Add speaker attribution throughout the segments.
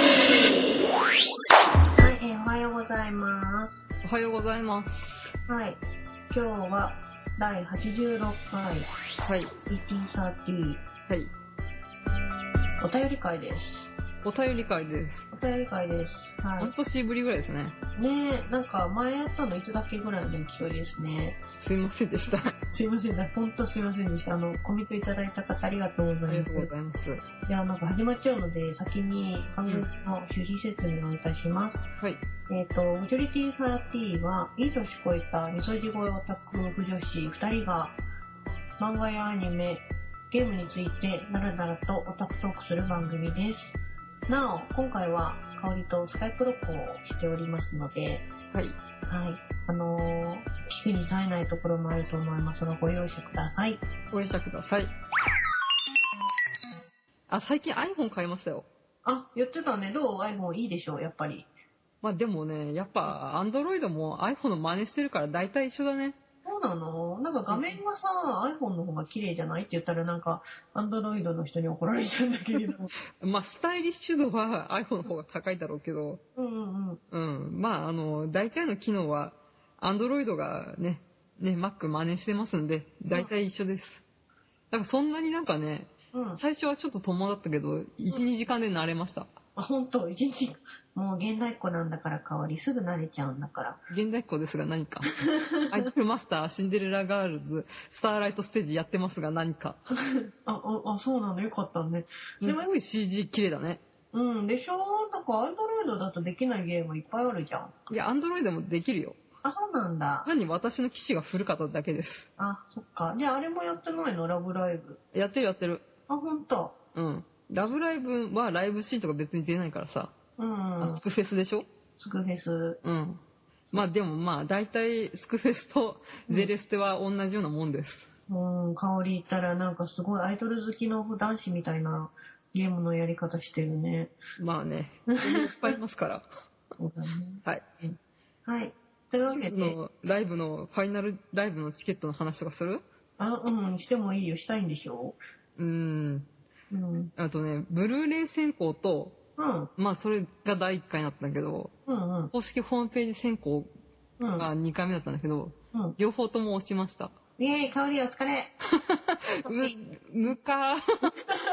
Speaker 1: はい、えーおはようございます。
Speaker 2: おはようございます。
Speaker 1: はい、今日は第86回
Speaker 2: はい。
Speaker 1: ET30
Speaker 2: はい。
Speaker 1: お便り会です。
Speaker 2: お便り会です。
Speaker 1: お便り会です。は
Speaker 2: 半年ぶりぐらいですね。
Speaker 1: い。ねえ、なんか前やったのいつだっけぐらいの勢いですね。
Speaker 2: すいませんでした。あ
Speaker 1: すいませんね、ほんとすいませんでした。あの、コミックいただいた方ありがとうござ
Speaker 2: り
Speaker 1: いま
Speaker 2: が
Speaker 1: す
Speaker 2: とう。ございます。
Speaker 1: では、なんか始まっちゃうので、先に番組の趣旨説明をいたします。
Speaker 2: はい。
Speaker 1: えっ、と、マジョリティ30は、いい年こいたみそじ声オタク婦女子2人が、漫画やアニメ、ゲームについて、ならならとオタクトークする番組です。なお、今回は、香りとスカイプロコをしておりますので、
Speaker 2: はい。
Speaker 1: はい。あのー、聞くに耐えないところもあると思いますが、ご容赦ください。
Speaker 2: ご容赦ください。あ、最近 iPhone 買いましたよ。
Speaker 1: あ、言ってたね。どう ?iPhone いいでしょうやっぱり。
Speaker 2: まあでもね、やっぱ Android も iPhone の真似してるから大体一緒だね。
Speaker 1: そうなのなんか画面がさ、iPhone の方が綺麗じゃないって言ったらなんか、Android の人に怒られちゃうんだけれど。
Speaker 2: まあスタイリッシュ度は iPhone の方が高いだろうけど、
Speaker 1: うんうんうん。
Speaker 2: うん。まああの、大体の機能は Android がね、ね、Mac 真似してますんで、大体一緒です。だからそんなになんかね、
Speaker 1: うん。
Speaker 2: 最初はちょっと戸惑ったけど、1、2時間で慣れました。
Speaker 1: あ、ほんと、一日、もう現代っ子なんだから香り、すぐ慣れちゃうんだから。
Speaker 2: 現代っ子ですが何 か。アイドルマスター、シンデレラガールズ、スターライトステージやってますが何か。
Speaker 1: あ、あ、あそうなのよかったね。
Speaker 2: すごい CG 綺麗だね。
Speaker 1: うん、でしょなんか Android だとできないゲームいっぱいあるじゃん。
Speaker 2: いや、アンドロイドもできるよ。
Speaker 1: あ、そうなんだ。
Speaker 2: 単に私の機種が古かっただけです。
Speaker 1: あ、そっか。じゃああれもやってないのラブライブ。
Speaker 2: やってるやってる。
Speaker 1: あ、ほんと。
Speaker 2: うん。ラブライブはライブシーンとか別に出ないからさ。
Speaker 1: うんう
Speaker 2: あ
Speaker 1: ん
Speaker 2: ス。クフェスでしょ
Speaker 1: スクフェス。
Speaker 2: うん。まあでもまあ大体スクフェスとゼレステは同じようなもんです。
Speaker 1: うん、香りいたらなんかすごいアイドル好きの男子みたいなゲームのやり方してるね。
Speaker 2: まあ ね。いっぱいいますから。
Speaker 1: そうだね。
Speaker 2: はい。
Speaker 1: はい。というわけで、
Speaker 2: のライブの、ファイナルライブのチケットの話とかする
Speaker 1: あ、うん、してもいいよ。したいんでしょ
Speaker 2: うーん。
Speaker 1: うん。
Speaker 2: あとね、ブルーレイ選考と、
Speaker 1: うん、
Speaker 2: まあそれが第1回だったんだけど、
Speaker 1: うん、うん。
Speaker 2: 公式ホームページ選考
Speaker 1: うん。
Speaker 2: が2回目だったんだけど、
Speaker 1: うん。
Speaker 2: 両方とも落ちました。
Speaker 1: イェーイ、香りお疲れ。
Speaker 2: う、むか。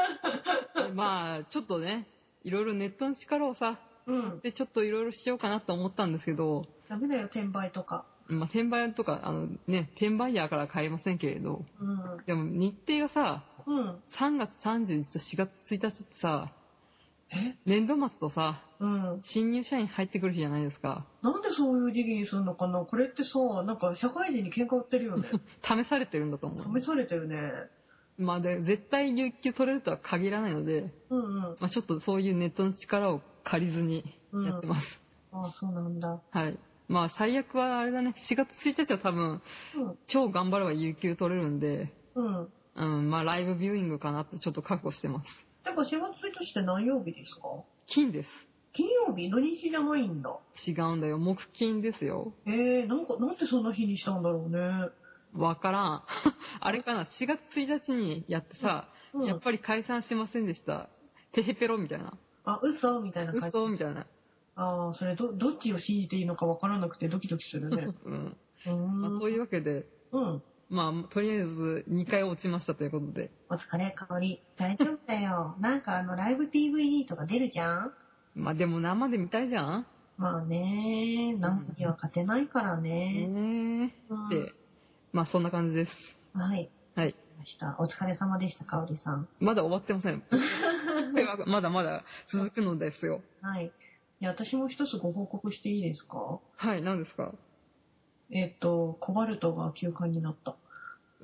Speaker 2: まあ、ちょっとね、いろいろネットの力をさ、
Speaker 1: うん。
Speaker 2: でちょっといろいろしようかなと思ったんですけど、
Speaker 1: ダメだよ、転売とか。
Speaker 2: まあ転売とか、あのね、転売ヤーから買えませんけれど、
Speaker 1: うん。
Speaker 2: でも日程がさ、
Speaker 1: うん。
Speaker 2: 3月31日と4月1日ってさ、
Speaker 1: え
Speaker 2: 年度末とさ、
Speaker 1: うん。
Speaker 2: 新入社員入ってくる日じゃないですか。
Speaker 1: なんでそういう時期にするのかなこれってさ、なんか社会人に喧嘩売ってるよ ね。
Speaker 2: 試されてるんだと思う。
Speaker 1: 試されてるね。
Speaker 2: まあで、絶対有給取れるとは限らないので、
Speaker 1: うんうん。
Speaker 2: まあちょっとそういうネットの力を借りずに
Speaker 1: うん
Speaker 2: やってます。
Speaker 1: あ、そうなんだ。
Speaker 2: はい。まあ最悪はあれだね、4月1日は多分、超頑張れば有給取れるんで、
Speaker 1: うん。うん。
Speaker 2: うん、まあライブビューイングかなってちょっと覚悟してます。
Speaker 1: てか4月1日って何曜日ですか
Speaker 2: 金です。
Speaker 1: 金曜日土日じゃないんだ。
Speaker 2: 違うんだよ。木金ですよ。
Speaker 1: えー、なんか、なんでそんな日にしたんだろうね。
Speaker 2: わからん。 あれかな ?4 月1日にやってさ、
Speaker 1: うん、
Speaker 2: やっぱり解散しませんでした。テヘペロみたいな。
Speaker 1: あ、嘘みたいな感じ。
Speaker 2: 嘘みたいな。
Speaker 1: ああ、それど、どっちを信じていいのかわからなくてドキドキするね。
Speaker 2: うん。
Speaker 1: うーん。
Speaker 2: まあ、そういうわけで、
Speaker 1: うん。
Speaker 2: まあ、とりあえず2回落ちましたということで。
Speaker 1: お疲れ、香り。大丈夫だよ。 なんかあの、ライブ DVD とか出るじゃん
Speaker 2: まあでも生で見たいじゃん
Speaker 1: まあね、何には勝てないからね。
Speaker 2: ね
Speaker 1: うん
Speaker 2: え。で、まあそんな感じです。
Speaker 1: はい。
Speaker 2: はい。
Speaker 1: ました。お疲れ様でした、香りさん。
Speaker 2: まだ終わって ません。まだまだ続くのですよ。
Speaker 1: はい。いや、私も一つご報告していいですか
Speaker 2: はい、何ですか
Speaker 1: えっ、と、コバルトが休館になった。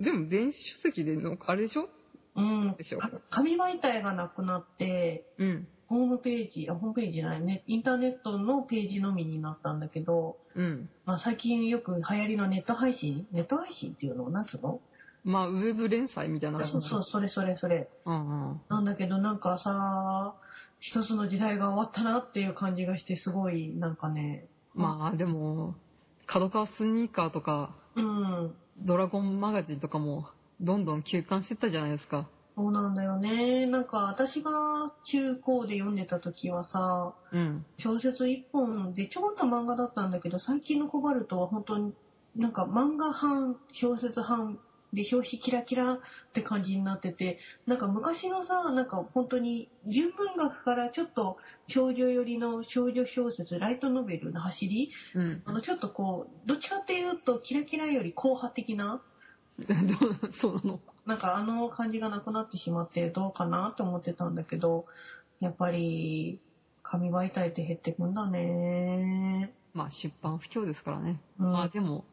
Speaker 2: でも電子書籍での、あれでしょ
Speaker 1: うん。
Speaker 2: でしょ
Speaker 1: あ紙媒体がなくなって、
Speaker 2: うん。
Speaker 1: ホームページ、あ、ホームページじゃないね、インターネットのページのみになったんだけど、
Speaker 2: うん。
Speaker 1: まあ最近よく流行りのネット配信ネット配信っていうのなんつうの
Speaker 2: まあ、ウェブ連載みたいな。
Speaker 1: そうそう、それそれそれ。
Speaker 2: うんうん。
Speaker 1: なんだけどなんかさ、一つの時代が終わったなっていう感じがして、すごい、なんかね、
Speaker 2: まあ、でも、角川スニーカーとか、
Speaker 1: うん、
Speaker 2: ドラゴンマガジンとかも、どんどん休館してったじゃないですか。
Speaker 1: そうなんだよね。なんか私が中高で読んでた時はさ、
Speaker 2: うん。
Speaker 1: 小説一本でちょこっと漫画だったんだけど、最近のコバルトは本当になんか漫画版、小説版で表紙キラキラって感じになってて、なんか昔のさ、なんか本当に純文学からちょっと少女寄りの少女小説、ライトノベルの走り
Speaker 2: うん。
Speaker 1: あの、ちょっとこう、どっちかっていうとキラキラより硬派的な
Speaker 2: どうそうなの
Speaker 1: なんかあの感じがなくなってしまってどうかなと思ってたんだけど、やっぱり紙媒体って減ってくんだね。
Speaker 2: まあ出版不況ですからね。
Speaker 1: うん
Speaker 2: まあでも、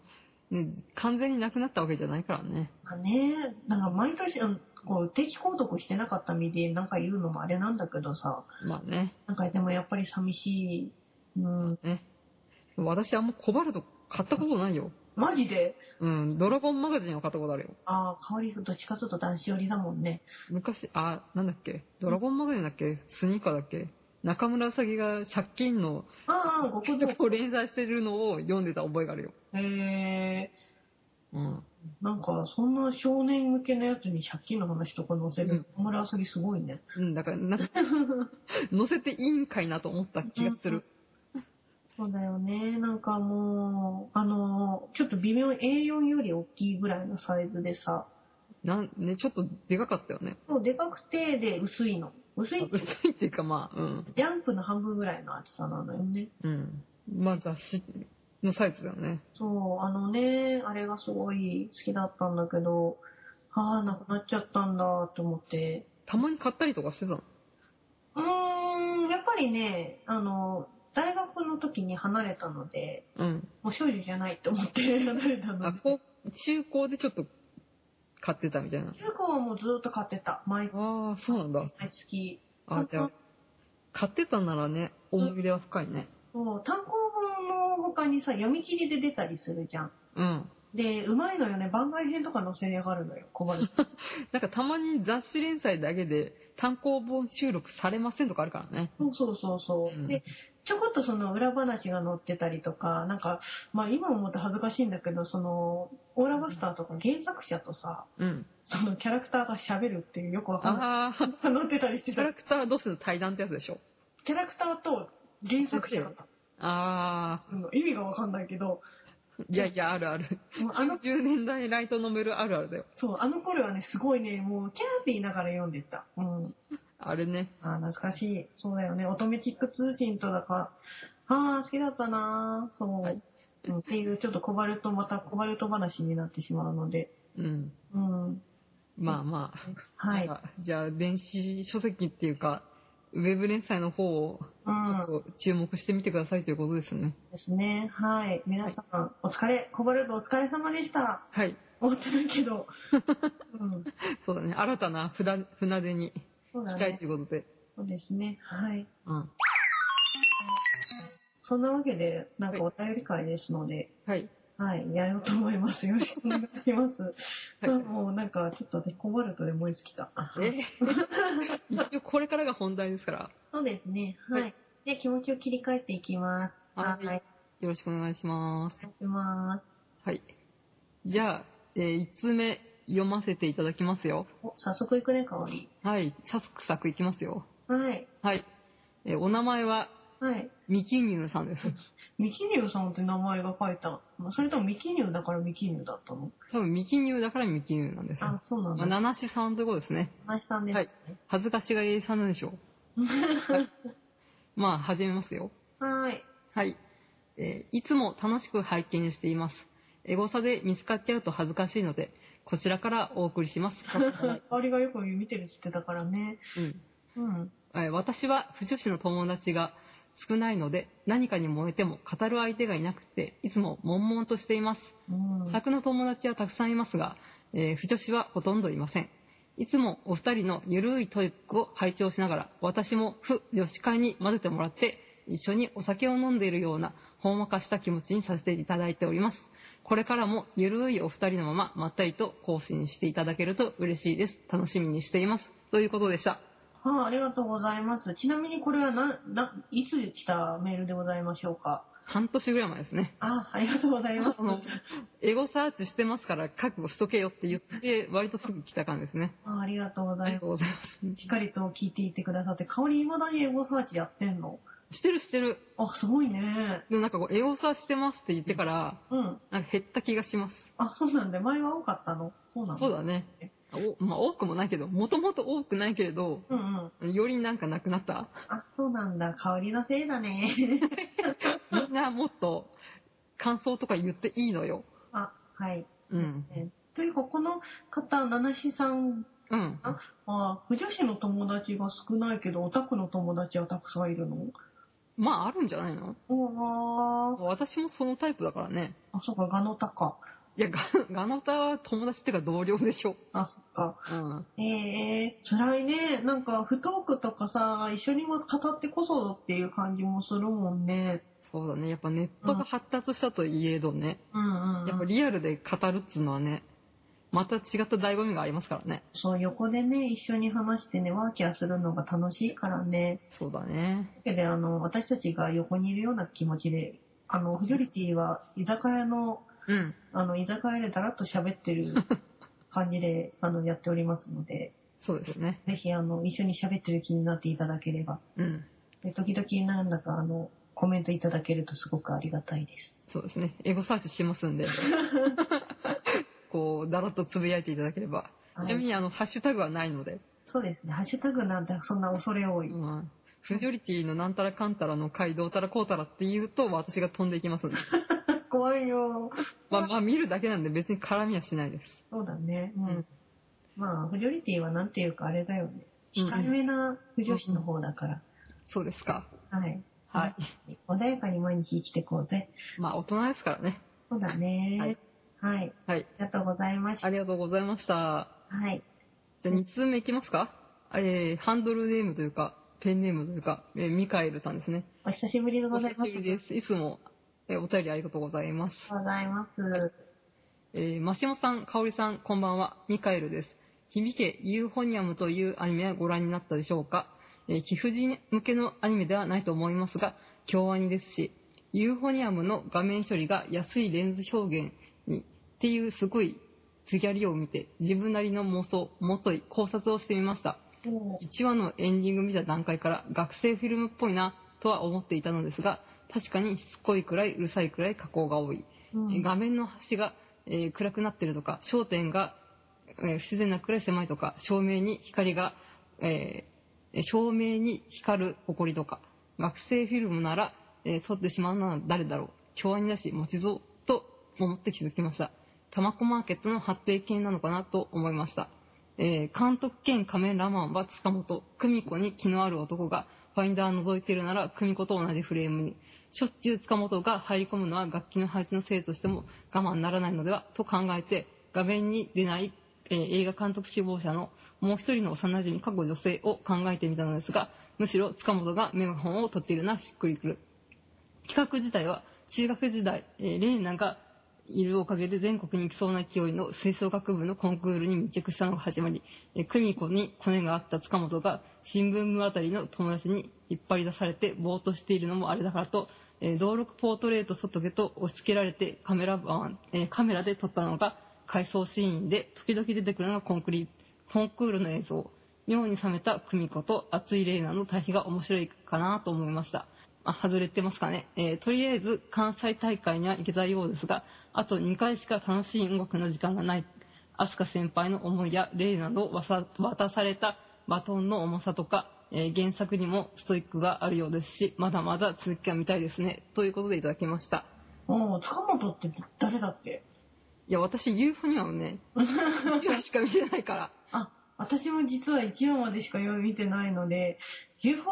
Speaker 2: ね、完全になくなったわけじゃないからね。
Speaker 1: まあね、なんか毎年、うんこう定期購読してなかった身でなんか言うのもあれなんだけどさ、
Speaker 2: まあね。
Speaker 1: なんかでもやっぱり寂しい。うん、
Speaker 2: ね私あんまコバルト買ったことないよ。
Speaker 1: マジで
Speaker 2: うん。ドラゴンマガジンは買ったことあるよ。
Speaker 1: ああ、香りどっちかちょっと男子寄りだもんね。
Speaker 2: 昔、あ、なんだっけドラゴンマガジンだっけスニーカーだっけ中村うさぎが借金の
Speaker 1: ああ、ごくど
Speaker 2: 曲を 連載してるのを読んでた覚えがあるよ。
Speaker 1: へえ
Speaker 2: うん。
Speaker 1: なんかそんな少年向けのやつに借金の話とか載せる小村あさぎすごいね。
Speaker 2: うん、だから、なんか、載せていいんかいなと思った気がする。
Speaker 1: そうだよね。なんかもう、あの、ちょっと微妙に A4 より大きいぐらいのサイズでさ、
Speaker 2: なん、ね、ちょっとでかかったよね。
Speaker 1: そうでかくて、で、薄いの。薄いっていうか
Speaker 2: 薄いっていうか、まあ、うん。
Speaker 1: ジャンプの半分ぐらいの厚さなのよね。
Speaker 2: うん。まあ、雑誌のサイズだよね。
Speaker 1: そう、あのね、あれがすごい好きだったんだけど、ああ、なくなっちゃったんだと思って。
Speaker 2: たまに買ったりとかしてたの。
Speaker 1: うーん、やっぱりね、あの、大学の時に離れたので、
Speaker 2: うん。
Speaker 1: もう少女じゃないと思って 離れたの
Speaker 2: あ、
Speaker 1: で。
Speaker 2: こう、中高でちょっと買ってたみたいな。
Speaker 1: 中高はもうずっと買ってた。毎月。
Speaker 2: ああ、そうなんだ。
Speaker 1: 毎月。
Speaker 2: あ、じゃあ、買ってたならね、思い入れは深いね。
Speaker 1: そう、単行本の他にさ、読み切りで出たりするじゃん。
Speaker 2: うん。
Speaker 1: で、うまいのよね、番外編とか載せやがるのよ、困る。
Speaker 2: なんかたまに雑誌連載だけで単行本収録されませんとかあるからね。
Speaker 1: そうそうそうそう。
Speaker 2: うん
Speaker 1: で、ちょこっとその裏話が載ってたりとか、なんか、まあ今思うと恥ずかしいんだけど、その、オーラバスターとか原作者とさ、
Speaker 2: うん。
Speaker 1: そのキャラクターが喋るっていうよくわかんない。
Speaker 2: ああ、
Speaker 1: 載ってたりして
Speaker 2: キャ
Speaker 1: た
Speaker 2: ラ。クター同士の対談ってやつでしょ。
Speaker 1: キャラクターと原作者が、
Speaker 2: あ
Speaker 1: うん意味がわかんないけど、
Speaker 2: あ、いやいや、あるある。
Speaker 1: もうあの、
Speaker 2: 10年代ライトノベルあるあるだよ。
Speaker 1: そう、あの頃はね、すごいね、もう、キャーって言いながら読んでた。うん。
Speaker 2: あれね。
Speaker 1: あー懐かしい。そうだよね。オトメチック通信とだから、ああ、好きだったなーそう、
Speaker 2: はい
Speaker 1: うん。っていう、ちょっとコバルト、またコバルト話になってしまうので。
Speaker 2: うん。
Speaker 1: うん。
Speaker 2: まあまあ。
Speaker 1: はい。
Speaker 2: なんかじゃあ、電子書籍っていうか、ウェブ連載の方を
Speaker 1: う
Speaker 2: ち
Speaker 1: ん。
Speaker 2: ょっと注目してみてくださいということですね。
Speaker 1: ですね。はい。皆さん、お疲れ。コバルトお疲れ様でした。
Speaker 2: はい。
Speaker 1: 終わってないけ ど。うん。
Speaker 2: そうだね。新たな船船出に
Speaker 1: そうだ
Speaker 2: したい
Speaker 1: ね
Speaker 2: と。いうことで。
Speaker 1: そうですね。はい。
Speaker 2: うん。
Speaker 1: そんなわけで、なんかお便り会ですので、
Speaker 2: はい。
Speaker 1: はい、やろうと思います。よろしくお願いします。あ もうなんか、ちょっと私コバルトで燃え尽きた。
Speaker 2: え 一応これからが本題ですから、
Speaker 1: そうですね。はい。
Speaker 2: はい
Speaker 1: で、気持ちを切り替えていきます。
Speaker 2: はい
Speaker 1: はい。
Speaker 2: よろしくお願いします。
Speaker 1: いきます。
Speaker 2: はい。じゃあ、え1通目読ませていただきますよ。
Speaker 1: お早速いくね、かわり。
Speaker 2: はい。サスクサクいきますよ。
Speaker 1: はい。
Speaker 2: はい。えーお名前は、
Speaker 1: はい。
Speaker 2: ミキニューさんです。
Speaker 1: ミキニューさんって名前が書いた。まあそれともミキニューだからミキニューだったの
Speaker 2: 多分ミキニューだからミキニューなんですよ
Speaker 1: あ。、そうなん
Speaker 2: ま
Speaker 1: だ。
Speaker 2: あ、
Speaker 1: な
Speaker 2: 七四三ということですね。
Speaker 1: なしさんです、ね。
Speaker 2: 恥ずかしがりさんなんでしょ う。はい、まあ、始めますよ。
Speaker 1: はい。
Speaker 2: はい。えーいつも楽しく拝見しています。エゴサで見つかっちゃうと恥ずかしいので、こちらからお送り します。
Speaker 1: かわりがよく見てるって言ってたからね。
Speaker 2: うん
Speaker 1: うん。
Speaker 2: えー私は不女子の友達が少ないので、何かに燃えても語る相手がいなくて、いつも悶々としています。
Speaker 1: うん。
Speaker 2: 宅の友達はたくさんいますが、えー不女子はほとんどいません。いつもお二人のゆるいトイックを拝聴しながら、私も不女子会に混ぜてもらって、一緒にお酒を飲んでいるような、ほんわかした気持ちにさせていただいております。これからもゆるいお二人のまま、まったりと更新していただけると嬉しいです。楽しみにしています。ということでした。
Speaker 1: はい、ありがとうございます。ちなみにこれはな、な、いつ来たメールでございましょうか
Speaker 2: 半年ぐらい前ですね。
Speaker 1: あ、ありがとうございます
Speaker 2: あ。のエゴサーチしてますから覚悟しとけよって言って、割とすぐ来た感じですね。
Speaker 1: あありがとうご
Speaker 2: あ
Speaker 1: ざ
Speaker 2: り
Speaker 1: いま。
Speaker 2: がとうございます
Speaker 1: しっかりと聞いていてくださって、香り未だにエゴサーチやってんの
Speaker 2: す。してるしてる。
Speaker 1: あ、すごいね。
Speaker 2: でもなんかこう、エゴサーチしてますって言ってから、
Speaker 1: うん。
Speaker 2: なんか減った気がします。
Speaker 1: あ、そうなんだ。前は多かったのそうなの
Speaker 2: そうだね。おまあ多くもないけど、もともと多くないけれど、
Speaker 1: うんうん。
Speaker 2: よりなんかなくなった。
Speaker 1: あ、そうなんだ。香りのせいだね。
Speaker 2: みんなもっと感想とか言っていいのよ。
Speaker 1: あ、はい。
Speaker 2: うん。
Speaker 1: というか、この方、七七さん
Speaker 2: うん。
Speaker 1: は、不女子の友達が少ないけど、オタクの友達はたくさんいるの
Speaker 2: まああるんじゃないの
Speaker 1: うわー
Speaker 2: 私もそのタイプだからね。
Speaker 1: あ、そうか、ガノタか。
Speaker 2: いや、ガガノタは友達っていうか同僚でしょ。
Speaker 1: あ、そっか。
Speaker 2: うん。
Speaker 1: えー、辛いね。なんか、不トークとかさ、一緒に語ってこそっていう感じもするもんね。
Speaker 2: そうだね。やっぱネットが発達したといえどね。
Speaker 1: うんうん。
Speaker 2: やっぱリアルで語るっていうのはね、また違った醍醐味がありますからね。
Speaker 1: そう、横でね、一緒に話してね、ワーキャーするのが楽しいからね。
Speaker 2: そうだね。
Speaker 1: というわけで、あの、私たちが横にいるような気持ちで、あの、フジョリティは居酒屋の、
Speaker 2: うん。
Speaker 1: あの、居酒屋でだらっと喋って る感じで、あの、やっておりますので、
Speaker 2: そうですね。
Speaker 1: ぜひ、あの、一緒に喋ってる気になっていただければ、
Speaker 2: うん。
Speaker 1: で時々なんだか、あの、コメントいただけるとすごくありがたいです。
Speaker 2: そうですね。エゴサーチします んで。こう、だらっとつぶやいていただければ。
Speaker 1: はい
Speaker 2: ちなみに、あの、ハッシュタグはないので。
Speaker 1: そうですね、ハッシュタグなんてそんな恐れ多い。
Speaker 2: うん。フジョリティのなんたらかんたらの回、どうたらこうたらって言うと、私が飛んでいき ますんで。
Speaker 1: 怖いよ。
Speaker 2: まあまあ見るだけなんで別に絡みはしないです。
Speaker 1: そうだね。うん。
Speaker 2: うん
Speaker 1: まあ、フジョリティはなんていうかあれだよね。
Speaker 2: うん
Speaker 1: 控えめな不女子の方だから。
Speaker 2: そうですか。
Speaker 1: はい。
Speaker 2: はい。
Speaker 1: 穏やかに毎日生きていこうぜ。
Speaker 2: まあ大人ですからね。
Speaker 1: そうだね。
Speaker 2: はい。
Speaker 1: はい。あ
Speaker 2: はい。
Speaker 1: りがとうございました。
Speaker 2: あ
Speaker 1: は
Speaker 2: りがとうございました。
Speaker 1: い。
Speaker 2: じゃあ2通目いきますか。えー、ハンドルネームというか、ペンネームというか、えーミカエルさんですね。
Speaker 1: お久しぶりで
Speaker 2: お
Speaker 1: ござい
Speaker 2: 久
Speaker 1: ます。
Speaker 2: しぶりです。いつも、えーお便りありがとうございます。
Speaker 1: ありがとうございます。
Speaker 2: えー、マシモさん、カオリさん、こんばんは。ミカエルです。響け、ユーフォニアムというアニメはご覧になったでしょうかえー、貴婦人向けのアニメではないと思いますが、京アニですし、ユーフォニアムの画面処理が安いレンズ表現に、っていうすごいツギャリを見て、自分なりの妄想、もとい考察をしてみました。
Speaker 1: おー
Speaker 2: 1話のエンディング見た段階から学生フィルムっぽいなとは思っていたのですが、確かにしつこいくらい、うるさいくらい加工が多い。
Speaker 1: うん
Speaker 2: 画面の端が、えー暗くなってるとか焦点が、えー不自然なくらい狭いとか照明に光が、えー照明に光る埃とか学生フィルムなら、えー撮ってしまうのは誰だろう京アニだし持ちぞと思って気づきましたタマコマーケットの発展系なのかなと思いました、えー監督兼仮面ラマンは塚本久美子に気のある男がファインダー覗いてるなら久美子と同じフレームにしょっちゅう塚本が入り込むのは楽器の配置のせいとしても我慢ならないのではと考えて画面に出ない、えー映画監督志望者のもう一人の幼馴染過去女性を考えてみたのですがむしろ塚本がメガホンを取っているなしっくりくる企画自体は中学時代、えー、レーナがいるおかげで全国に行きそうな勢いの吹奏楽部のコンクールに密着したのが始まり、えー久美子にコネがあった塚本が新聞部あたりの友達に引っ張り出されてぼーっとしているのもあれだからと、えー動力ポートレート外毛と押し付けられてカメラマン、えーカメラで撮ったのが回想シーンで時々出てくるのがコンクリコンクールの映像。妙に冷めた久美子と熱いレイナの対比が面白いかなと思いました。あ、外れてますかね。えーとりあえず関西大会には行けたようですが、あと2回しか楽しい音楽の時間がない。飛鳥先輩の思いやレイナの渡渡されたバトンの重さとか、えー原作にもストイックがあるようですし、まだまだ続きが見たいですね。ということでいただきました。
Speaker 1: おー塚本って誰だっけ
Speaker 2: いや、私、ユーフォニアムね、1話しか見てないから。
Speaker 1: あ、私も実は1話までしか読みてないので、UFO、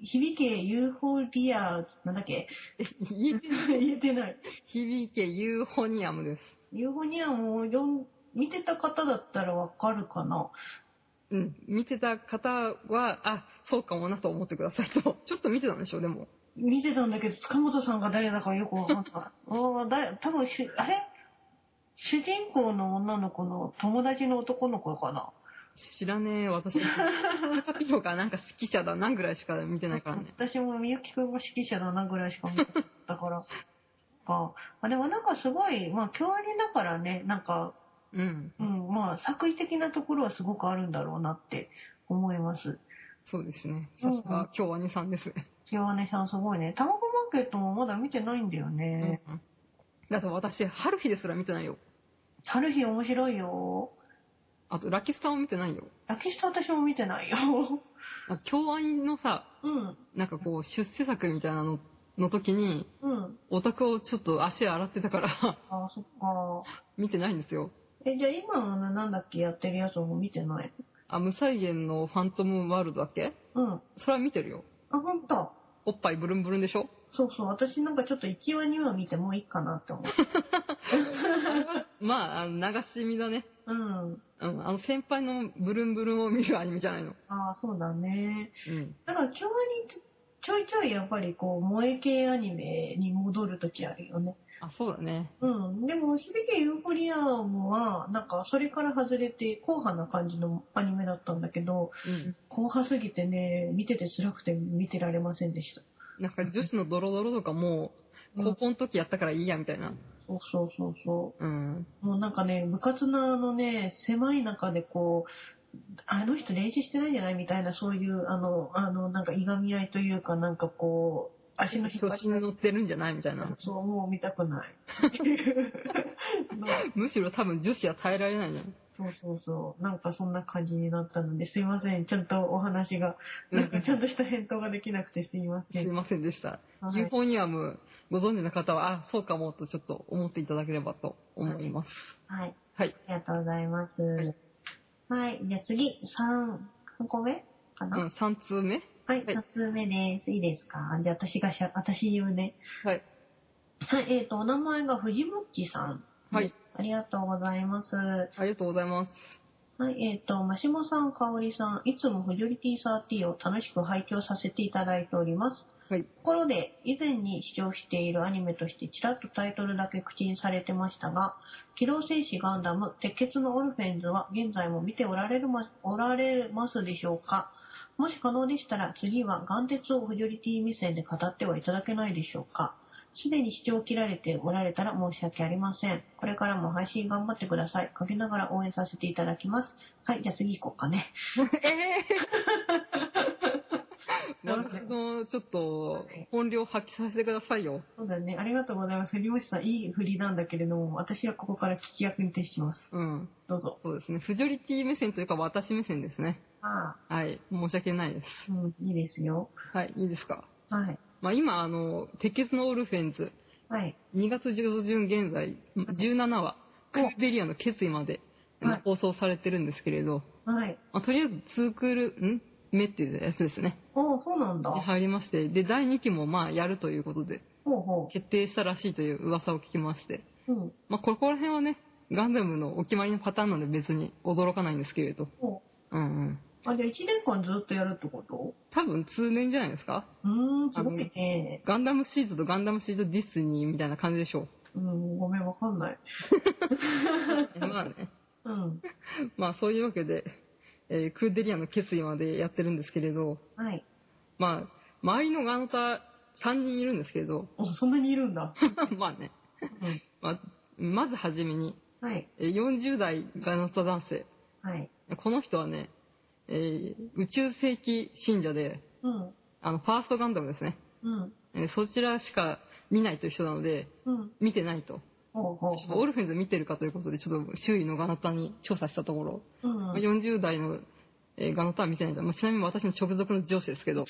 Speaker 1: 響け UFO リア、なんだっけ
Speaker 2: え言えて
Speaker 1: 言えてない。
Speaker 2: 響けユーフォニアムです。
Speaker 1: ユーフォニアムを読ん見てた方だったらわかるかな。
Speaker 2: うん、見てた方は、あ、そうかもなと思ってくださいと。ちょっと見てたんでしょ、でも。
Speaker 1: 見てたんだけど、塚本さんが誰だかよくわ かんない。おーだ多分しゅ、あれ主人公の女の子の友達の男の子かな。
Speaker 2: 知らねえ、私。高ピロがなんか指揮者だなぐらいしか見てないからね。
Speaker 1: 私もみゆきくんも指揮者だなぐらいしか思った から。かあでもなんかすごい、まあ、京アニだからね、なんか、
Speaker 2: うん。
Speaker 1: うん、まあ、作為的なところはすごくあるんだろうなって思います。
Speaker 2: そうですね。
Speaker 1: う
Speaker 2: さ
Speaker 1: ん
Speaker 2: すが、京アニさんですね。
Speaker 1: 京アニさんすごいね。卵マーケットもまだ見てないんだよね。
Speaker 2: うんだって私、春日ですら見てないよ。
Speaker 1: 春日面白いよ。
Speaker 2: あと、ラキスタも見てないよ。
Speaker 1: ラキスタ私も見てないよ。
Speaker 2: なんか京アニのさ、
Speaker 1: うん、
Speaker 2: なんかこう、出世作みたいなの、の時に、
Speaker 1: うん。
Speaker 2: オタクをちょっと足洗ってたから、
Speaker 1: あそっか。
Speaker 2: 見てないんですよ。
Speaker 1: え、じゃあ今のねなんだっけやってるやつも見てない
Speaker 2: あ、無再現のファントムワールドだっけ
Speaker 1: うん。あ、
Speaker 2: それは見てるよ。
Speaker 1: ほんと。
Speaker 2: おっぱいブルンブルンで しょ
Speaker 1: そうそう。私なんかちょっと1話2話見てもういいかなって思う。
Speaker 2: まあ、あの流し見だね。
Speaker 1: うん。
Speaker 2: うん、あの先輩のブルンブルンを見るアニメじゃないの。
Speaker 1: ああ、そうだね。
Speaker 2: うん。
Speaker 1: だから京アニってちょいちょいやっぱりこう、萌え系アニメに戻るときあるよね。
Speaker 2: あ、そうだね。
Speaker 1: うん。でも、響けユーフォリアムは、なんかそれから外れて、硬派な感じのアニメだったんだけど、
Speaker 2: うん。
Speaker 1: 硬派すぎてね、見てて辛くて見てられませんでした。
Speaker 2: なんか女子のドロドロとかもう、高校の時やったからいいや、みたいな。
Speaker 1: そうそうそうそう。
Speaker 2: うん。
Speaker 1: もうなんかね、部活のあのね、狭い中でこう、あの人練習してないんじゃないみたいな、そういう、あの、あの、なんかいがみ合いというか、なんかこう、足の引っ
Speaker 2: 調
Speaker 1: 張
Speaker 2: 子
Speaker 1: り合
Speaker 2: に
Speaker 1: い
Speaker 2: 乗ってるんじゃないみたいな。
Speaker 1: そう、もう見たく ない。 の
Speaker 2: むしろ多分女子は耐えられないじゃん。
Speaker 1: そうそうそう。なんかそんな感じになったので、すいません。ちゃんとお話が、なんかちゃんとした返答ができなくてすいませ
Speaker 2: すい
Speaker 1: ん。
Speaker 2: ませんでした。
Speaker 1: は
Speaker 2: ユー
Speaker 1: い、
Speaker 2: フォニアムご存知の方は、あ、そうかもとちょっと思っていただければと思います。
Speaker 1: はい。
Speaker 2: はい。
Speaker 1: ありがとうございます。
Speaker 2: い
Speaker 1: はい。じゃあ次、3、個目か
Speaker 2: う
Speaker 1: な、
Speaker 2: ん、3通目
Speaker 1: はい、
Speaker 2: はい
Speaker 1: 2つ目です。いいですかじゃあ私がしゃ、私言うね。
Speaker 2: はい。
Speaker 1: はい、えっ、と、お名前が藤むっちさん。
Speaker 2: はい。
Speaker 1: ありがとうございます。は
Speaker 2: ありがとうございます。
Speaker 1: い、えっ、と、マシモさん、かおりさん、いつもフジョリティサーティを楽しく拝聴させていただいております。
Speaker 2: はい
Speaker 1: ところで、以前に視聴しているアニメとしてちらっとタイトルだけ口にされてましたが、機動戦士ガンダム、鉄血のオルフェンズは現在も見ておられるま、おられますでしょうかもし可能でしたら次はガン鉄をフジョリティ目線で語ってはいただけないでしょうかすでに視聴を切られておられたら申し訳ありません。これからも配信頑張ってください。かけながら応援させていただきます。はい、じゃあ次行こうかね。
Speaker 2: えー、私のちょっと本領発揮させてくださいよ。
Speaker 1: そうだね。ありがとうございます。藤本さん、いい振りなんだけれども、私はここから聞き役に徹します。
Speaker 2: うん。
Speaker 1: どうぞ。
Speaker 2: そうですね。フジョリティ目線というか私目線ですね。
Speaker 1: ああ、
Speaker 2: はい。申し訳ないです。
Speaker 1: うん、いいですよ。
Speaker 2: はい。いいですか。
Speaker 1: はい。
Speaker 2: まあ今、あの、鉄血のオルフェンズ、
Speaker 1: はい。
Speaker 2: 2月上旬現在、17話、クーベリアの決意まで
Speaker 1: はい
Speaker 2: 放送されてるんですけれど、
Speaker 1: はい。
Speaker 2: まあとりあえず2クール、ん目っていうやつですね。
Speaker 1: おおそうなんだ。
Speaker 2: で入りまして、で、第2期もまあやるということで、
Speaker 1: ほうほ
Speaker 2: 決定したらしいという噂を聞きまして、
Speaker 1: う。うん。
Speaker 2: まあ、ここら辺はね、ガンダムのお決まりのパターンなので別に驚かないんですけれど。
Speaker 1: ほ
Speaker 2: うんうん。
Speaker 1: う。あ、じゃあ1年間ずっとやるってこと
Speaker 2: 多分通年じゃないですか
Speaker 1: うーん、すごいね。
Speaker 2: ガンダムシーズとガンダムシーズディスニーみたいな感じでしょ
Speaker 1: う
Speaker 2: う。
Speaker 1: ん、ごめん、わかんない。
Speaker 2: まあね。
Speaker 1: うん。
Speaker 2: まあそういうわけで、えークーデリアの決意までやってるんですけれど、
Speaker 1: はい。
Speaker 2: まあ、周りのガンタ3人いるんですけど、
Speaker 1: お、そんなにいるんだ。
Speaker 2: まあね。
Speaker 1: うん。
Speaker 2: まあ、まずはじめに、
Speaker 1: はい。
Speaker 2: えー40代ガノタ男性。
Speaker 1: はい。
Speaker 2: この人はね、えー宇宙世紀信者で、
Speaker 1: うん。
Speaker 2: あの、ファーストガンダムですね。
Speaker 1: うん。
Speaker 2: えーそちらしか見ないという人なので、
Speaker 1: うん。
Speaker 2: 見てないと。
Speaker 1: ほうほう
Speaker 2: ちょっとオルフェンズ見てるかということで、ちょっと周囲のガナタに調査したところ、
Speaker 1: ほう。うん。と
Speaker 2: 40代の、えーガナタは見てないと。まあちなみに私の直属の上司ですけど、
Speaker 1: い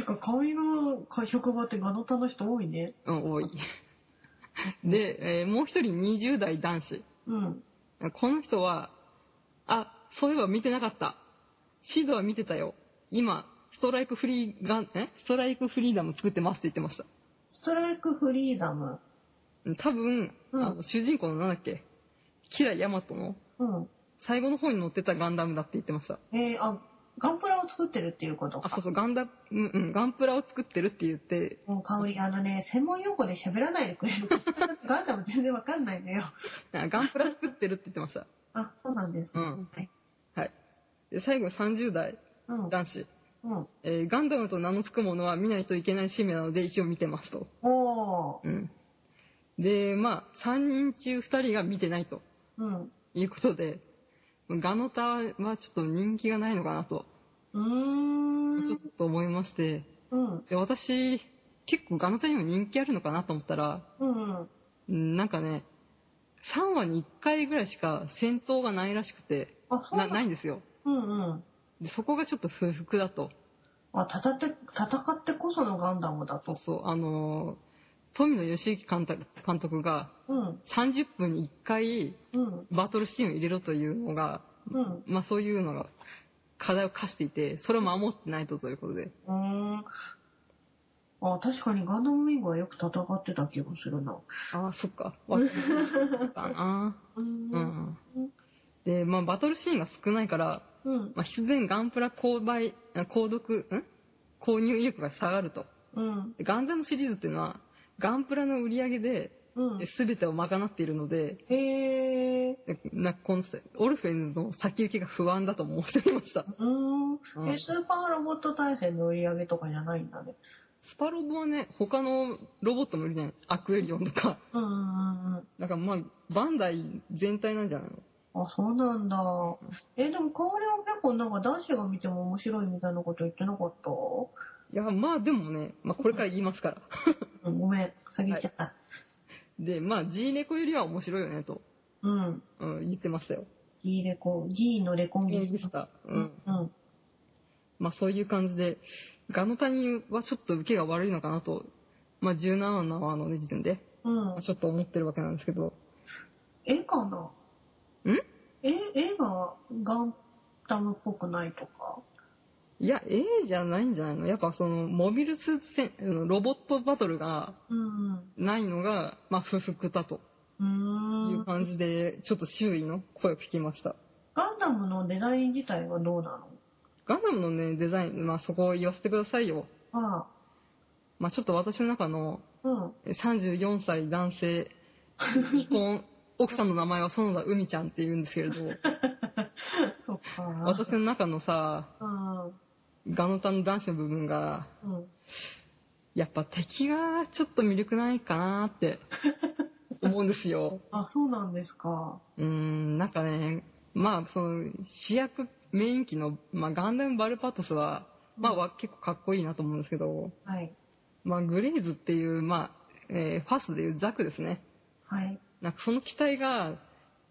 Speaker 1: うか、香りの会職場ってガノタの人多いね。
Speaker 2: うん、多い。で、えーもう一人20代男子。
Speaker 1: うん。
Speaker 2: この人は、あ、そういえば見てなかった。シードは見てたよ。今、ストライクフリーガン、えストライクフリーダム作ってますって言ってました。
Speaker 1: ストライクフリーダム。
Speaker 2: うん多分、
Speaker 1: うん
Speaker 2: あの主人公のなんだっけ、キラヤマトの
Speaker 1: うん。
Speaker 2: 最後の方に乗ってたガンダムだって言ってました。
Speaker 1: えーあ、ガンプラを作ってるっていうこと
Speaker 2: あ、
Speaker 1: か
Speaker 2: そう。そう、ガンダ、うん、うん、ガンプラを作ってるって言って、
Speaker 1: もう香り、あのね、専門用語で喋らないでく れる。ガンダム全然わかんないんだよ。
Speaker 2: あガンプラ作ってるって言ってました。
Speaker 1: あ、そうなんです。
Speaker 2: うん
Speaker 1: はい。
Speaker 2: はい。で最後30代
Speaker 1: うん。
Speaker 2: 男子、
Speaker 1: うん。
Speaker 2: えーガンダムと名の付くものは見ないといけない使命なので一応見てますと、
Speaker 1: おー。
Speaker 2: うん、でまあ3人中2人が見てないと
Speaker 1: うん。
Speaker 2: いうことでガノタはちょっと人気がないのかなと
Speaker 1: うーん。
Speaker 2: ちょっと思いまして
Speaker 1: うん。
Speaker 2: で私結構ガノタにも人気あるのかなと思ったら
Speaker 1: うん。うん。
Speaker 2: うんなんかね3話に1回ぐらいしか戦闘がないらしくて
Speaker 1: あ、そう
Speaker 2: な
Speaker 1: な
Speaker 2: なんいんですよ
Speaker 1: うんうん。
Speaker 2: でそこがちょっと不服だと
Speaker 1: あ、戦って、戦ってこそのガンダムだ
Speaker 2: そう
Speaker 1: と。
Speaker 2: そうあのー富野義行監督監督が
Speaker 1: うん。
Speaker 2: 30分に1回
Speaker 1: うん。
Speaker 2: バトルシーンを入れろというのが、
Speaker 1: うん。
Speaker 2: まあ、そういうのが課題を課していてそれを守ってないとということで
Speaker 1: うーん。あ、確かにガンダムウィングはよく戦ってた気がするな。
Speaker 2: ああそっか忘れてましたな
Speaker 1: う。
Speaker 2: うんんでまあバトルシーンが少ないから、
Speaker 1: うん。
Speaker 2: まあ、必然ガンプラ購買あ購読ん購入意欲が下がると
Speaker 1: うん。
Speaker 2: でガンダムシリーズっていうのはガンプラの売り上げで
Speaker 1: うん。
Speaker 2: 全てを賄っているので、
Speaker 1: へえ。
Speaker 2: なこのオルフェンの先行きが不安だと申し上げました、
Speaker 1: うーん。
Speaker 2: うん
Speaker 1: え、スーパーロボット対戦の売り上げとかじゃないんだね。
Speaker 2: スパロボはね他のロボットもいるじゃないアクエリオンとか
Speaker 1: うんうんうんうん。
Speaker 2: なんかまあバンダイ全体なんじゃないの
Speaker 1: あ、そうなんだ。え、でも、香りは結構なんか男子が見ても面白いみたいなこと言ってなかった
Speaker 2: いやまあでもね、まあ、これから言いますから
Speaker 1: うん、ごめん。先行っちゃった。
Speaker 2: でまあ G レコよりは面白いよねと、
Speaker 1: うん。
Speaker 2: うん、言ってましたよ
Speaker 1: G レコ、G のレコン
Speaker 2: 言
Speaker 1: ギ
Speaker 2: いま
Speaker 1: ス
Speaker 2: し
Speaker 1: タ。
Speaker 2: た、う
Speaker 1: うんん。うん。
Speaker 2: まあそういう感じでガノタニはちょっと受けが悪いのかなとまあ17話のね時点で、
Speaker 1: うん
Speaker 2: まあ、ちょっと思ってるわけなんですけど
Speaker 1: 絵かなんえ、絵がガンダムっぽくないとか。
Speaker 2: いや A じゃないんじゃないのやっぱそのモビルスーツ戦あのロボットバトルが
Speaker 1: うん。う
Speaker 2: ないのが、まあ、不服だと
Speaker 1: ー
Speaker 2: い
Speaker 1: ん
Speaker 2: う。感じで、ちょっと周囲の声を聞きました。
Speaker 1: ガンダムのデザイン自体はどうな
Speaker 2: ガンダムのね、デザイン、まあ、そこを言わせてくださいよ。
Speaker 1: のあ
Speaker 2: まあ、ちょっと私の中の
Speaker 1: あ、うん。
Speaker 2: え34歳男性、既婚、奥さんの名前は園田海ちゃんって言うんですけれど、
Speaker 1: そっか。
Speaker 2: 私の中のさ、
Speaker 1: うん。
Speaker 2: ガノタの男子の部分が、
Speaker 1: うん。
Speaker 2: やっぱ敵がちょっと魅力ないかなって思うんで すよ。
Speaker 1: あ、そうなんですか。
Speaker 2: うーん、なんかね、まあ、その、主役、メイン機の、まあ、ガンダム・バルパトスは、まあ、
Speaker 1: うん
Speaker 2: わ結構かっこいいなと思うんですけど、
Speaker 1: はい。
Speaker 2: まあ、グレーズっていう、まあ、えーファーストでいうザクですね。
Speaker 1: はい。
Speaker 2: なんかその機体が、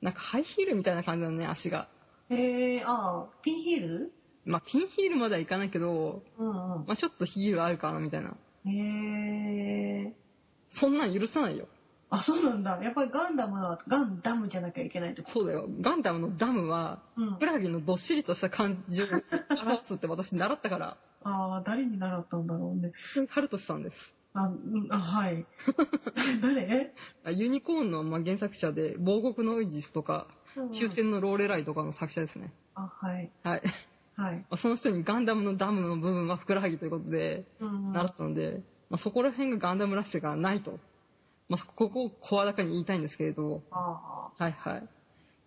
Speaker 2: なんかハイヒールみたいな感じなのね、足が。
Speaker 1: えー、あー、ピンヒール
Speaker 2: まあ、ピンヒールまではいかないけど、
Speaker 1: うんうん。
Speaker 2: まあ、ちょっとヒールあるかな、みたいな。
Speaker 1: えー。
Speaker 2: そんなん許さないよ。
Speaker 1: あ、そうなんだ。やっぱりガンダムは、ガンダムじゃなきゃいけないってこ
Speaker 2: そうだよ。ガンダムのダムは、
Speaker 1: と。うん
Speaker 2: ふくらはぎのどっしりとした感じを表すって私習ったから、
Speaker 1: ああ、誰に習ったんだろうね。
Speaker 2: ハルトさんです。
Speaker 1: あ、うん、あ、 はい。誰
Speaker 2: あユニコーンのまあ原作者で、亡国のイジスとか、終。
Speaker 1: うん
Speaker 2: 戦のローレライとかの作者ですね。
Speaker 1: あ、はい。
Speaker 2: はい。
Speaker 1: はい。
Speaker 2: まあその人にガンダムのダムの部分はふくらはぎということで、
Speaker 1: うん
Speaker 2: 習ったので、まあ、そこら辺がガンダムらしさがないと。まあ、ここを声高に言いたいんですけれど、
Speaker 1: あ
Speaker 2: はいはい。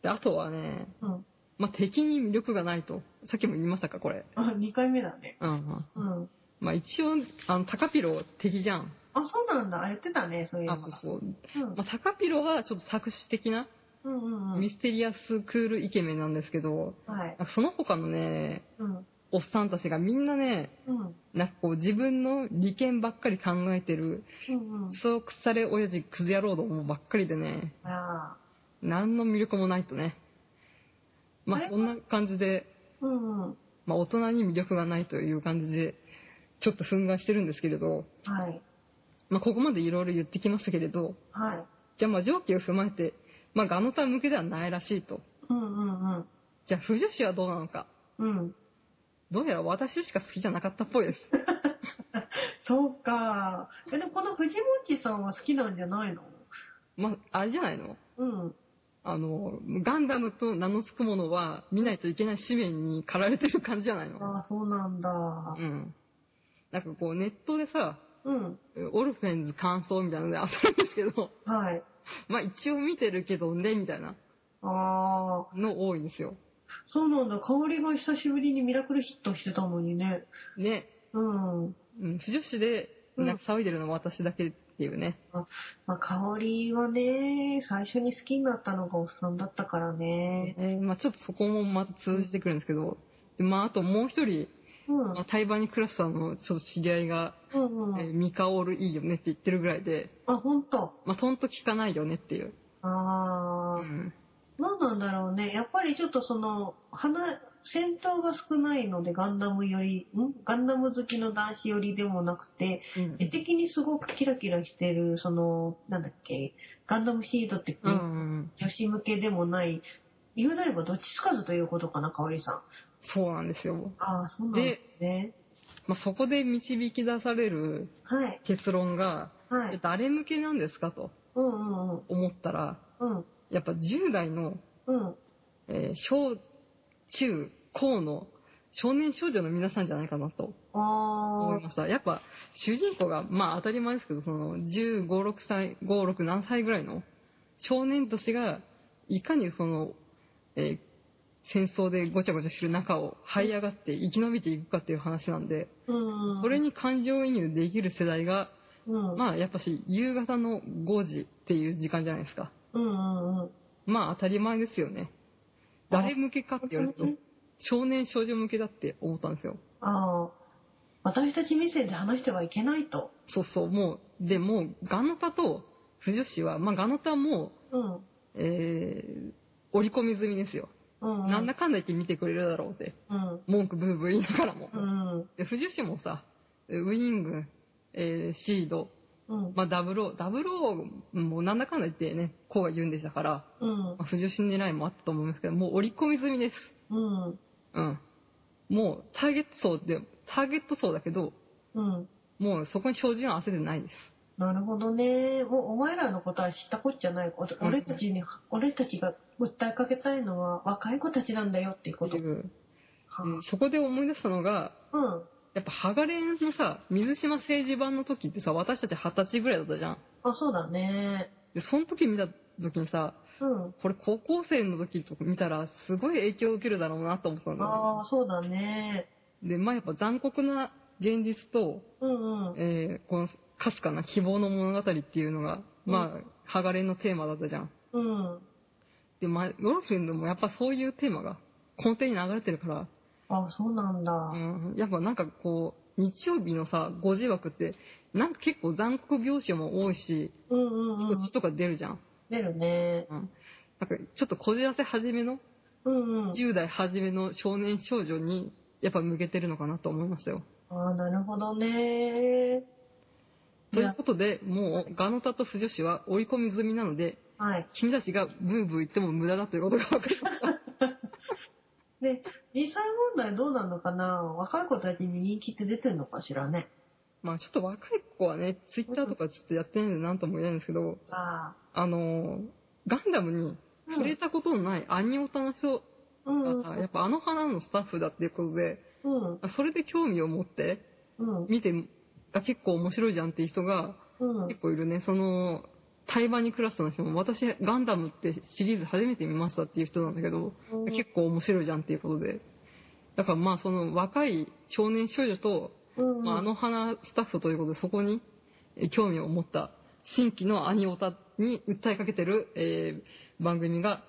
Speaker 2: で、あとはね、
Speaker 1: あ。うん。
Speaker 2: まあ、敵に魅力がないと。さっきも言いましたか、これ。
Speaker 1: あ、2回目だね。
Speaker 2: うんうん。
Speaker 1: うん。
Speaker 2: まあ、一応、あの、タカピロ敵じゃん。
Speaker 1: あ、そうなんだ。あ、やってたね、そういう
Speaker 2: あ、
Speaker 1: の
Speaker 2: そう
Speaker 1: が。
Speaker 2: そう。
Speaker 1: うん
Speaker 2: まあ、タカピロはちょっと作詞的な、
Speaker 1: うんうんうん。
Speaker 2: ミステリアスクールイケメンなんですけど、
Speaker 1: はい。
Speaker 2: なんかその他のね、
Speaker 1: うん。
Speaker 2: おっさんたちがみんなね、
Speaker 1: うん。
Speaker 2: なんかこう自分の利権ばっかり考えてる、
Speaker 1: うんうん。
Speaker 2: そう腐れ親父クズ野郎どもばっかりでね、
Speaker 1: ああ。
Speaker 2: 何の魅力もないとね。ま
Speaker 1: あ
Speaker 2: あ
Speaker 1: れ
Speaker 2: そんな感じで、
Speaker 1: うんうん。
Speaker 2: まあ大人に魅力がないという感じで、ちょっと憤慨してるんですけれど、
Speaker 1: はい。
Speaker 2: まあここまでいろいろ言ってきましたけれど、
Speaker 1: はい。
Speaker 2: じゃあまあ上記を踏まえて、まあガノタ向けではないらしいと。
Speaker 1: うんうんうん。
Speaker 2: じゃあ不女子はどうなのか。
Speaker 1: うん。
Speaker 2: どうやら私しか好きじゃなかったっぽいです。
Speaker 1: そうか。え、でもこの藤本さんは好きなんじゃないの
Speaker 2: まああれじゃないの
Speaker 1: うん。
Speaker 2: あの、ガンダムと名の付くものは見ないといけない使命に駆られてる感じじゃないの
Speaker 1: ああ、そうなんだ。
Speaker 2: うん。なんかこうネットでさ、
Speaker 1: うん。
Speaker 2: オルフェンズ感想みたいなのであったんですけど、
Speaker 1: はい。
Speaker 2: まあ一応見てるけどね、みたいな
Speaker 1: ああ。
Speaker 2: の多いんですよ。
Speaker 1: そうなんだ。香りが久しぶりにミラクルヒットしてたのにね。
Speaker 2: ね、
Speaker 1: うん。
Speaker 2: うん、不女子で、なんか騒いでるのは私だけっていうね。
Speaker 1: まあ、香りはね、最初に好きになったのがおっさんだったからね。
Speaker 2: えーまあちょっとそこもまた通じてくるんですけど、でまああともう一人、
Speaker 1: うん。
Speaker 2: まあ、台湾に暮らしたのちょっと知り合いが、
Speaker 1: うんう
Speaker 2: えー
Speaker 1: ん。
Speaker 2: ミカオールいいよねって言ってるぐらいで、
Speaker 1: あ、ほんと。
Speaker 2: まあトンと聞かないよねっていう。う
Speaker 1: ああ。
Speaker 2: ん、
Speaker 1: なんなんだろうね。やっぱりちょっとその、花、戦闘が少ないのでガンダムより、んガンダム好きの男子よりでもなくて、
Speaker 2: うん
Speaker 1: 絵的にすごくキラキラしてる、その、なんだっけ、ガンダムシードって、
Speaker 2: うんうん
Speaker 1: 女子向けでもない、言うなればどっちつかずということかな、かおりさん。
Speaker 2: そうなんですよ。
Speaker 1: ああ、そうなんですね。
Speaker 2: まあそこで導き出される
Speaker 1: はい、
Speaker 2: 結論が、
Speaker 1: は
Speaker 2: え
Speaker 1: い。
Speaker 2: 誰向けなんですかと
Speaker 1: うんうんうん。
Speaker 2: 思ったら、
Speaker 1: うん、
Speaker 2: やっぱ10代の、
Speaker 1: うん。
Speaker 2: えー小、中、高の少年少女の皆さんじゃないかなと。思
Speaker 1: あ
Speaker 2: いました。やっぱ、主人公が、まあ当たり前ですけど、その、15、6歳、5、6、何歳ぐらいの少年たちが、いかにその、えー戦争でごちゃごちゃしてる中を這い上がって生き延びていくかっていう話なんで、
Speaker 1: あ、うん。
Speaker 2: それ、に感情移入できる世代が、
Speaker 1: うん、
Speaker 2: まあやっぱし、夕方の5時っていう時間じゃないですか。
Speaker 1: うんうんうん。
Speaker 2: まあ当たり前ですよね。誰向けかって言われると、少年少女向けだって思ったんですよ。
Speaker 1: ああ、私たち目線で話してはいけないと。
Speaker 2: そうそう、もう、で、もう、ガノタと、不女子は、まあ、ガノタはも
Speaker 1: うん。
Speaker 2: う、えー、織り込み済みですよ。
Speaker 1: うん、うん。
Speaker 2: なんだかんだ言って見てくれるだろうって、
Speaker 1: うん。
Speaker 2: 文句ブーブー言いながらも
Speaker 1: う。ん。
Speaker 2: で、不女子もさ、ウイング、えー、シード、
Speaker 1: うん。
Speaker 2: まあ、ダブルオー、ダブルオーもなんだかんだ言ってね、こうが言うんでしたから、
Speaker 1: うん
Speaker 2: ま。あ、不女子狙いもあったと思うんですけど、もう織り込み済みです。
Speaker 1: うん。
Speaker 2: うん。もう、ターゲット層で、ターゲット層だけど、
Speaker 1: うん。
Speaker 2: もうそこに照準は合わせてないです。
Speaker 1: なるほどね。もうお前らのことは知ったこっちゃない。お俺たちに、俺たちが訴えかけたいのは若い子たちなんだよっていうこと。
Speaker 2: っていう
Speaker 1: は
Speaker 2: うんそこで思い出したのが、
Speaker 1: あうん。
Speaker 2: やっぱ、ハガレンのさ、水島政治版の時ってさ、私たち二十歳ぐらいだったじゃん。
Speaker 1: あ、そうだね。
Speaker 2: で、その時見た時にさ、
Speaker 1: うん。
Speaker 2: これ高校生の時とか見たら、すごい影響を受けるだろうなと思った
Speaker 1: あ
Speaker 2: の
Speaker 1: あ、そうだね。
Speaker 2: ね。で、まあやっぱ残酷な現実と、
Speaker 1: うんうん。
Speaker 2: えーこの、かすかな希望の物語っていうのが、まあ、ハガレンのテーマだったじゃん。
Speaker 1: うん。
Speaker 2: で、まあ、ゴルフェンドもやっぱそういうテーマが根底に流れてるから、
Speaker 1: あ、そうなんだ
Speaker 2: う。ん、やっぱなんかこう、日曜日のさ、5時枠って、なんか結構残酷描写も多いし、
Speaker 1: うんうんう
Speaker 2: こ
Speaker 1: ん
Speaker 2: っち。とか出るじゃん。
Speaker 1: 出るね。
Speaker 2: うん。なんかちょっとこじらせ始めの、
Speaker 1: うんうん。
Speaker 2: 10代初めの少年少女に、やっぱ向けてるのかなと思いましたよ。
Speaker 1: ああ、なるほどね。
Speaker 2: ということで、もう、ガノタと不女子は追い込み済みなので、
Speaker 1: はい。
Speaker 2: 君たちがブーブー言っても無駄だということが分かりました。
Speaker 1: で、実際問題どうなのかな若い子たちに人気って出てるのかしらね。
Speaker 2: まあちょっと若い子はね、ツイッターとかちょっとやってないんで何とも言えないんですけど、
Speaker 1: あ
Speaker 2: あのーガンダムに
Speaker 1: あ。
Speaker 2: 触れたことのないアニオタの人
Speaker 1: うんう
Speaker 2: が
Speaker 1: ん
Speaker 2: さ、やっぱあの花のスタッフだっていうことで、
Speaker 1: うん
Speaker 2: それで興味を持って
Speaker 1: うん
Speaker 2: 見て、あ結構面白いじゃんっていう人が
Speaker 1: うん
Speaker 2: 結構いるね。その、台湾にクラスの人も、私ガンダムってシリーズ初めて見ましたっていう人なんだけど、結構面白いじゃんっていうことで。だからまあその若い少年少女と、
Speaker 1: うん
Speaker 2: まあ、あの花スタッフということでそこにえ興味を持った新規のアニオタに訴えかけてる、えー番組が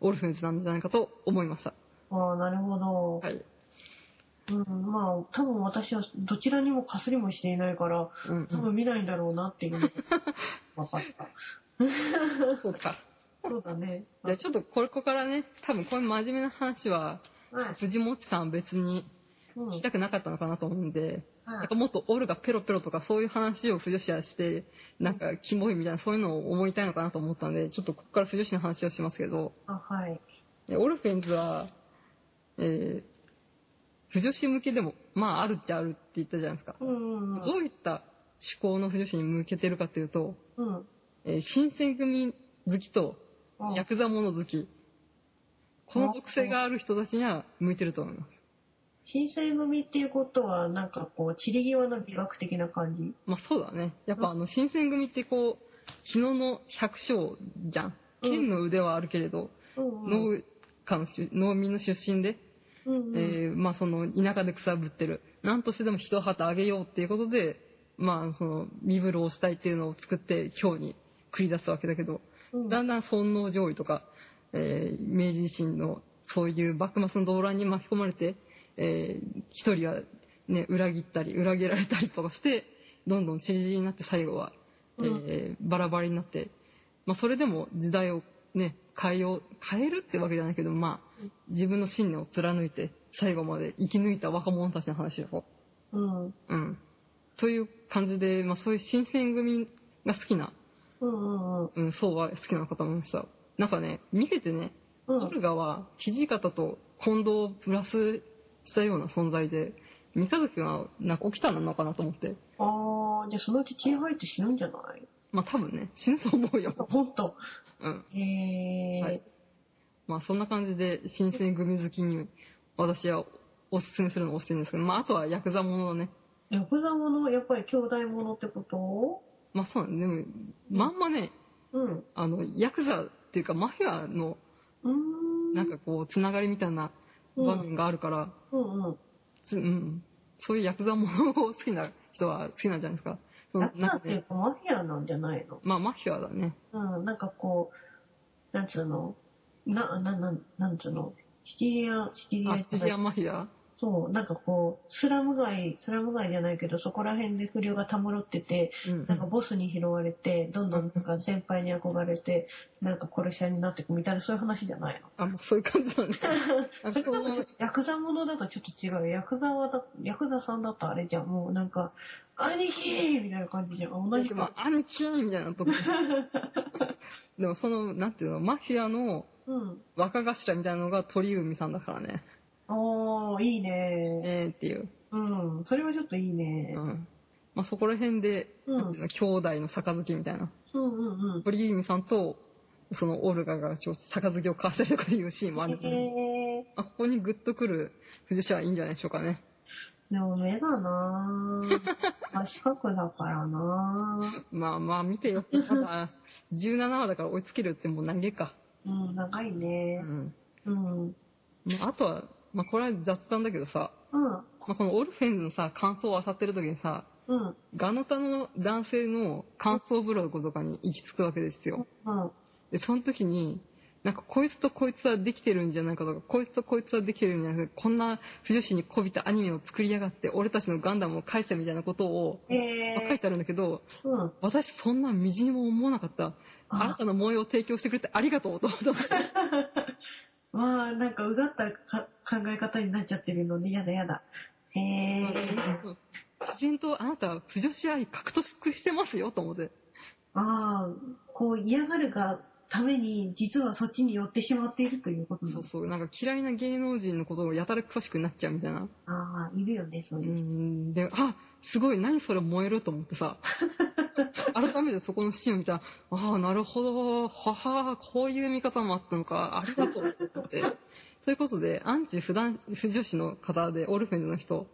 Speaker 2: オルフェンズなんじゃないかと思いました。
Speaker 1: ああ、なるほど。
Speaker 2: はい。
Speaker 1: うん、まあ、多分私はどちらにもかすりもしていないから、
Speaker 2: うんうん
Speaker 1: 多分見ないんだろうなっていう のが分かった。
Speaker 2: そうか。
Speaker 1: そうだね。
Speaker 2: じゃあちょっとこれここからね、多分こういう真面目な話は、
Speaker 1: はい。
Speaker 2: 藤本さんは別に
Speaker 1: うん。は
Speaker 2: し
Speaker 1: い。
Speaker 2: たくなかったのかなと思うんで、なんかもっとオルがペロペロとかそういう話を不女子はして、なんかキモいみたいなそういうのを思いたいのかなと思ったんで、ちょっとここから不女子の話をしますけど、
Speaker 1: あ、はい。
Speaker 2: えオルフェンズは、えー、不女子向けでも、まああるっちゃあるって言ったじゃないですか。
Speaker 1: うんうんうん。
Speaker 2: どういった思考の不女子に向けてるかというと、
Speaker 1: うん。
Speaker 2: えー新選組好きと
Speaker 1: あ
Speaker 2: ヤクザもの好き。この属性がある人たちには向いてると思います。
Speaker 1: 新選組っていうことは、なんかこう、散り際の美学的な感じ
Speaker 2: まあそうだね。やっぱあの、新選組ってこう、日野の百姓じゃん。
Speaker 1: うん
Speaker 2: 剣の腕はあるけれど、
Speaker 1: うんうん。
Speaker 2: の家の出農民の出身で、
Speaker 1: うんうん
Speaker 2: えーまあ、その田舎でくさぶってる何としてでも一旗あげようっていうことで、まあ、その身分をしたいっていうのを作って京に繰り出すわけだけど
Speaker 1: うん
Speaker 2: だんだん尊皇攘夷とか、えー明治維新のそういう幕末の動乱に巻き込まれて、えー一人は、ね、裏切ったり裏切られたりとかしてどんどん散り散りになって最後は、えーバラバラになって、まあ、それでも時代を、ね、変えよう変えるってわけじゃないけど、まあ
Speaker 1: うん、
Speaker 2: 自分の信念を貫いて最後まで生き抜いた若者たちの話を。
Speaker 1: うん
Speaker 2: うん、という感じで、まあ、そういう新選組が好きな
Speaker 1: うんうん
Speaker 2: うん、そうは好きな方もいました。なんかね、見ててね、
Speaker 1: う
Speaker 2: オ
Speaker 1: ん
Speaker 2: ルガは土方と近藤をプラスしたような存在で、三日月がなんか起きたなのかなと思って。
Speaker 1: あーじゃあそのうち血吐いて死ぬんじゃない
Speaker 2: まあ多分ね、死ぬと思うよ。
Speaker 1: ほんと
Speaker 2: うん。
Speaker 1: へえ、
Speaker 2: はいまあそんな感じで、新選組好きに私はおすすめするのを推してるんですけど、まああとはヤクザもののね。
Speaker 1: ヤクザものやっぱり兄弟ものってこと
Speaker 2: まあそうなんでも、まんまね、
Speaker 1: うん
Speaker 2: あの、ヤクザっていうかマフィアの
Speaker 1: うーん
Speaker 2: なんかこう、つながりみたいな場面があるから、
Speaker 1: うんうん
Speaker 2: つうん、そういうヤクザものを好きな人は好きなんじゃないですか。その
Speaker 1: ヤクザ
Speaker 2: な
Speaker 1: っ
Speaker 2: んか
Speaker 1: ていう
Speaker 2: ね、
Speaker 1: かマフィアなんじゃないの
Speaker 2: まあマフィアだね。
Speaker 1: うん、なんかこう、なんつうのな、な、なん、なんつうのシチリア、シチリア
Speaker 2: あ、
Speaker 1: じ
Speaker 2: シ
Speaker 1: ゃ
Speaker 2: チ
Speaker 1: ない
Speaker 2: リアマフィア
Speaker 1: そう、なんかこう、スラム街、スラム街じゃないけど、そこら辺で不良がたむろってて、
Speaker 2: うん
Speaker 1: なんかボスに拾われて、どんどんなんか先輩に憧れて、なんか殺し屋になっていくみたいな、そういう話じゃないの。
Speaker 2: あ、もう そういう感じなんですあ
Speaker 1: それ
Speaker 2: そ
Speaker 1: ともちょっ
Speaker 2: う
Speaker 1: とヤクザものだとちょっと違う。ヤクザはだ、ヤクザさんだとあれじゃん。もうなんか、兄貴ーみたいな感じじゃん。同じ
Speaker 2: ま
Speaker 1: か。
Speaker 2: あ、兄貴みたいな とこ。でもその、なんていうの、マフィアの
Speaker 1: うん。
Speaker 2: 若頭みたいなのが鳥海さんだからね。
Speaker 1: おー、いいね
Speaker 2: えー、っていう。
Speaker 1: うん、それはちょっといいね
Speaker 2: う。ん。まあそこら辺で、
Speaker 1: うん
Speaker 2: なんていうの兄弟の杯みたいな。
Speaker 1: うんうんうん。
Speaker 2: 鳥海さんと、そのオルガがちょ杯を交わしたりとかいうシーンもあるんで、
Speaker 1: え
Speaker 2: まあ、ここにグッとくる藤士はいいんじゃないでしょうかね。
Speaker 1: ー、でも目がなぁ。真四角だからな
Speaker 2: まあまあ見 てよ。まだ17話だから追いつけるってもう投げか。
Speaker 1: ぁ。うん、長いうね。
Speaker 2: ん。
Speaker 1: うん。うん。
Speaker 2: まあ、あとは、まあこれは雑談だけどさ、まあ、この オルフェンズのさ、感想を漁ってる時にさ、
Speaker 1: うん。
Speaker 2: ガノタの男性の感想ブログとかに行き着くわけですよ。
Speaker 1: うん。
Speaker 2: で、その時に、なんかこいつとこいつはできてるんじゃないかとか、こいつとこいつはできてるんじゃないかとか、こんな不女子にこびたアニメを作りやがって、俺たちのガンダムを返せみたいなことを、まあ書い
Speaker 1: え
Speaker 2: てあるんだけど、
Speaker 1: ー、うん。
Speaker 2: 私そんなみじんも思わなかった。あな
Speaker 1: あ
Speaker 2: たの萌えを提供してくれてありがとうと思った。
Speaker 1: まあ、なんかうがったか考え方になっちゃってるのね。やだやだ。へえー。
Speaker 2: 自然とあなたは不女子愛格闘してますよと思って。
Speaker 1: ああ、こう嫌がるがために、実はそっちに寄ってしまっているということな
Speaker 2: そ
Speaker 1: の
Speaker 2: う。そう、なんか嫌いな芸能人のことをやたら詳しくなっちゃうみたいな。
Speaker 1: ああ、いるよね、そうういう人。
Speaker 2: ん、で、あ、すごい、何それ燃えると思ってさ。改めてそこのシーンを見たら、ああ、なるほど、ははこういう見方もあったのか、ありがとうと思って。ということで、アンチ不男不女子の方で、オルフェンズの人、
Speaker 1: うん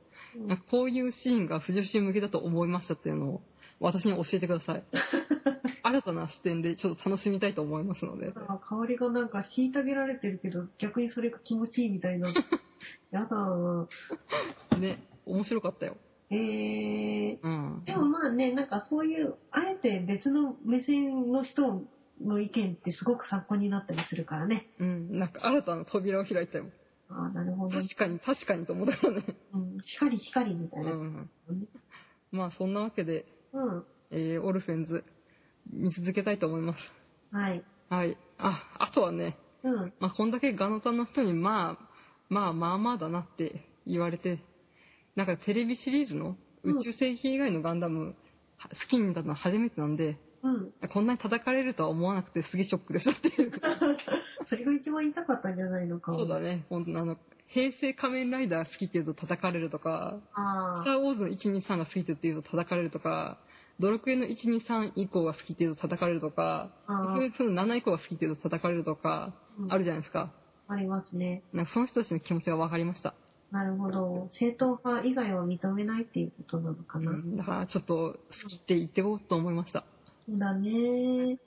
Speaker 2: なんかこういうシーンが不女子向けだと思いましたっていうのを私に教えてください。新たな視点でちょっと楽しみたいと思いますので。
Speaker 1: あ香りがなんか虐げられてるけど逆にそれが気持ちいいみたいなやだな
Speaker 2: ね、面白かったよ。
Speaker 1: えー、
Speaker 2: うん。
Speaker 1: でもまあねなんかそういうあえて別の目線の人の意見ってすごく参考になったりするからね
Speaker 2: うん、なんか新たな扉を開いたよ。
Speaker 1: ああなるほど、
Speaker 2: 確かに、確かにと思ったからね。
Speaker 1: うん、光光みた
Speaker 2: う
Speaker 1: いな、
Speaker 2: ん。まあそんなわけで、
Speaker 1: うん、
Speaker 2: えー、オルフェンズ見続けたいと思います。
Speaker 1: はい
Speaker 2: はい。あ、あとはね、
Speaker 1: うん
Speaker 2: まあこんだけガノタの人にまあ、まあまあまあだなって言われて、なんかテレビシリーズの宇宙世紀以外のガンダム、は好きになったのは初めてなんで、
Speaker 1: うん、
Speaker 2: こんなに叩かれるとは思わなくてすげえショックでしたっていう。
Speaker 1: それが一番痛かったんじゃないのか
Speaker 2: そうだね。ほんとあの、平成仮面ライダー好きっていうと叩かれるとか、
Speaker 1: あ
Speaker 2: スタ
Speaker 1: あ
Speaker 2: ー・ウォーズの123が好きって言うと叩かれるとか、ドラクエの123以降が好きって言うと叩かれるとか、
Speaker 1: あ
Speaker 2: ド
Speaker 1: ー
Speaker 2: ラクエの7以降が好きって言うと叩かれるとか、
Speaker 1: うん
Speaker 2: あるじゃないですか。
Speaker 1: ありますね
Speaker 2: なんかその人たちの気持ちが分かりました。
Speaker 1: なるほど正統派以外は認めないっていうことなのかな、
Speaker 2: うんだからちょっと好きって言ってこうと思いました。
Speaker 1: そうだね。
Speaker 2: ね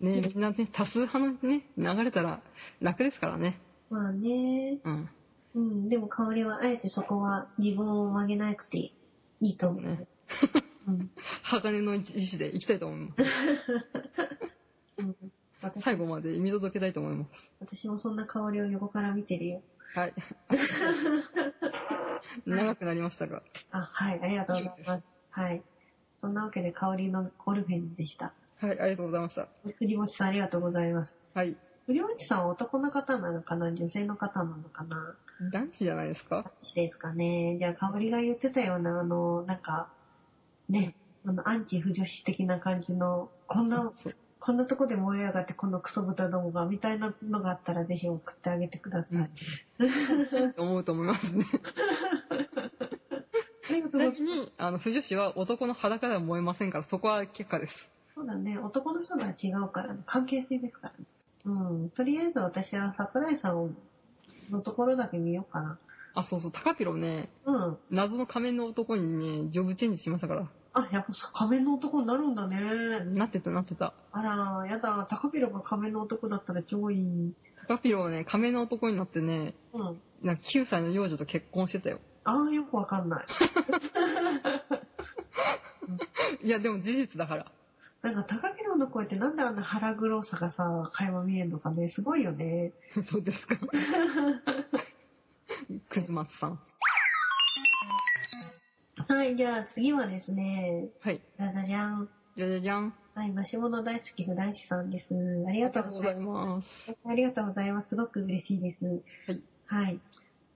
Speaker 2: みんなね、多数派のね、流れたら楽ですからね。
Speaker 1: まあね。
Speaker 2: うん。
Speaker 1: うん、でも香りはあえてそこは自分を曲げなくていいと思
Speaker 2: そうね
Speaker 1: う。うん
Speaker 2: 鋼の意志でいきたいと思います。
Speaker 1: うん私
Speaker 2: 最後まで見届けたいと思います。
Speaker 1: 私もそんな香りを横から見てるよ。
Speaker 2: はい。長くなりましたが。
Speaker 1: あ、はい、ありがとうございます。はい。そんなわけで香りのオルフェンズでした。
Speaker 2: はい、ありがとうございました。
Speaker 1: 藤本さんありがとうございます。
Speaker 2: はい。
Speaker 1: 藤本さんは男の方なのかな女性の方なのかな
Speaker 2: 男子じゃないですか
Speaker 1: どっちですかね。じゃあ、香りが言ってたような、あの、なんか、ね、あの、アンチ不女子的な感じの、こんな、
Speaker 2: そう
Speaker 1: こんなとこで燃え上がってこのクソ豚どもが、みたいなのがあったらぜひ送ってあげてください。
Speaker 2: うん思うと思いますね。
Speaker 1: ありがとうご
Speaker 2: ち
Speaker 1: ざ
Speaker 2: ない
Speaker 1: ま
Speaker 2: み
Speaker 1: す。
Speaker 2: に、あの、不女子は男の裸では燃えませんから、そこは結果です。
Speaker 1: そうだね、男の人とは違うから、ね、関係性ですからね。うん、とりあえず私は桜井さんをのところだけ見ようかな。
Speaker 2: あ、そうそう、高ピロね、
Speaker 1: うん。
Speaker 2: 謎の仮面の男にね、ジョブチェンジしましたから。
Speaker 1: あ、やっぱさ仮面の男になるんだね。
Speaker 2: なってた、なってた。
Speaker 1: あら、やだ、高ピロが仮面の男だったら超いい。
Speaker 2: 高ピロはね、仮面の男になってね、
Speaker 1: うん。
Speaker 2: なんか9歳の幼女と結婚してたよ。
Speaker 1: ああ、よくわかんない。
Speaker 2: いや、でも事実だから。
Speaker 1: なんか、高ロの声ってなんであんな腹黒さがさ、垣間見えるのかね。すごいよね。
Speaker 2: そうですか。くずまつさん。
Speaker 1: はい、じゃあ次はですね、
Speaker 2: はい。
Speaker 1: じゃじゃじゃん。
Speaker 2: じゃじゃじゃん。
Speaker 1: はい、マシモノ大好き不大師さんです。あ
Speaker 2: あ
Speaker 1: り
Speaker 2: り
Speaker 1: が
Speaker 2: が
Speaker 1: と
Speaker 2: と
Speaker 1: うご
Speaker 2: うご
Speaker 1: ざ
Speaker 2: ざ
Speaker 1: い
Speaker 2: います。
Speaker 1: ます。ありがとうございます。すごく嬉しいです。
Speaker 2: はい。
Speaker 1: はい。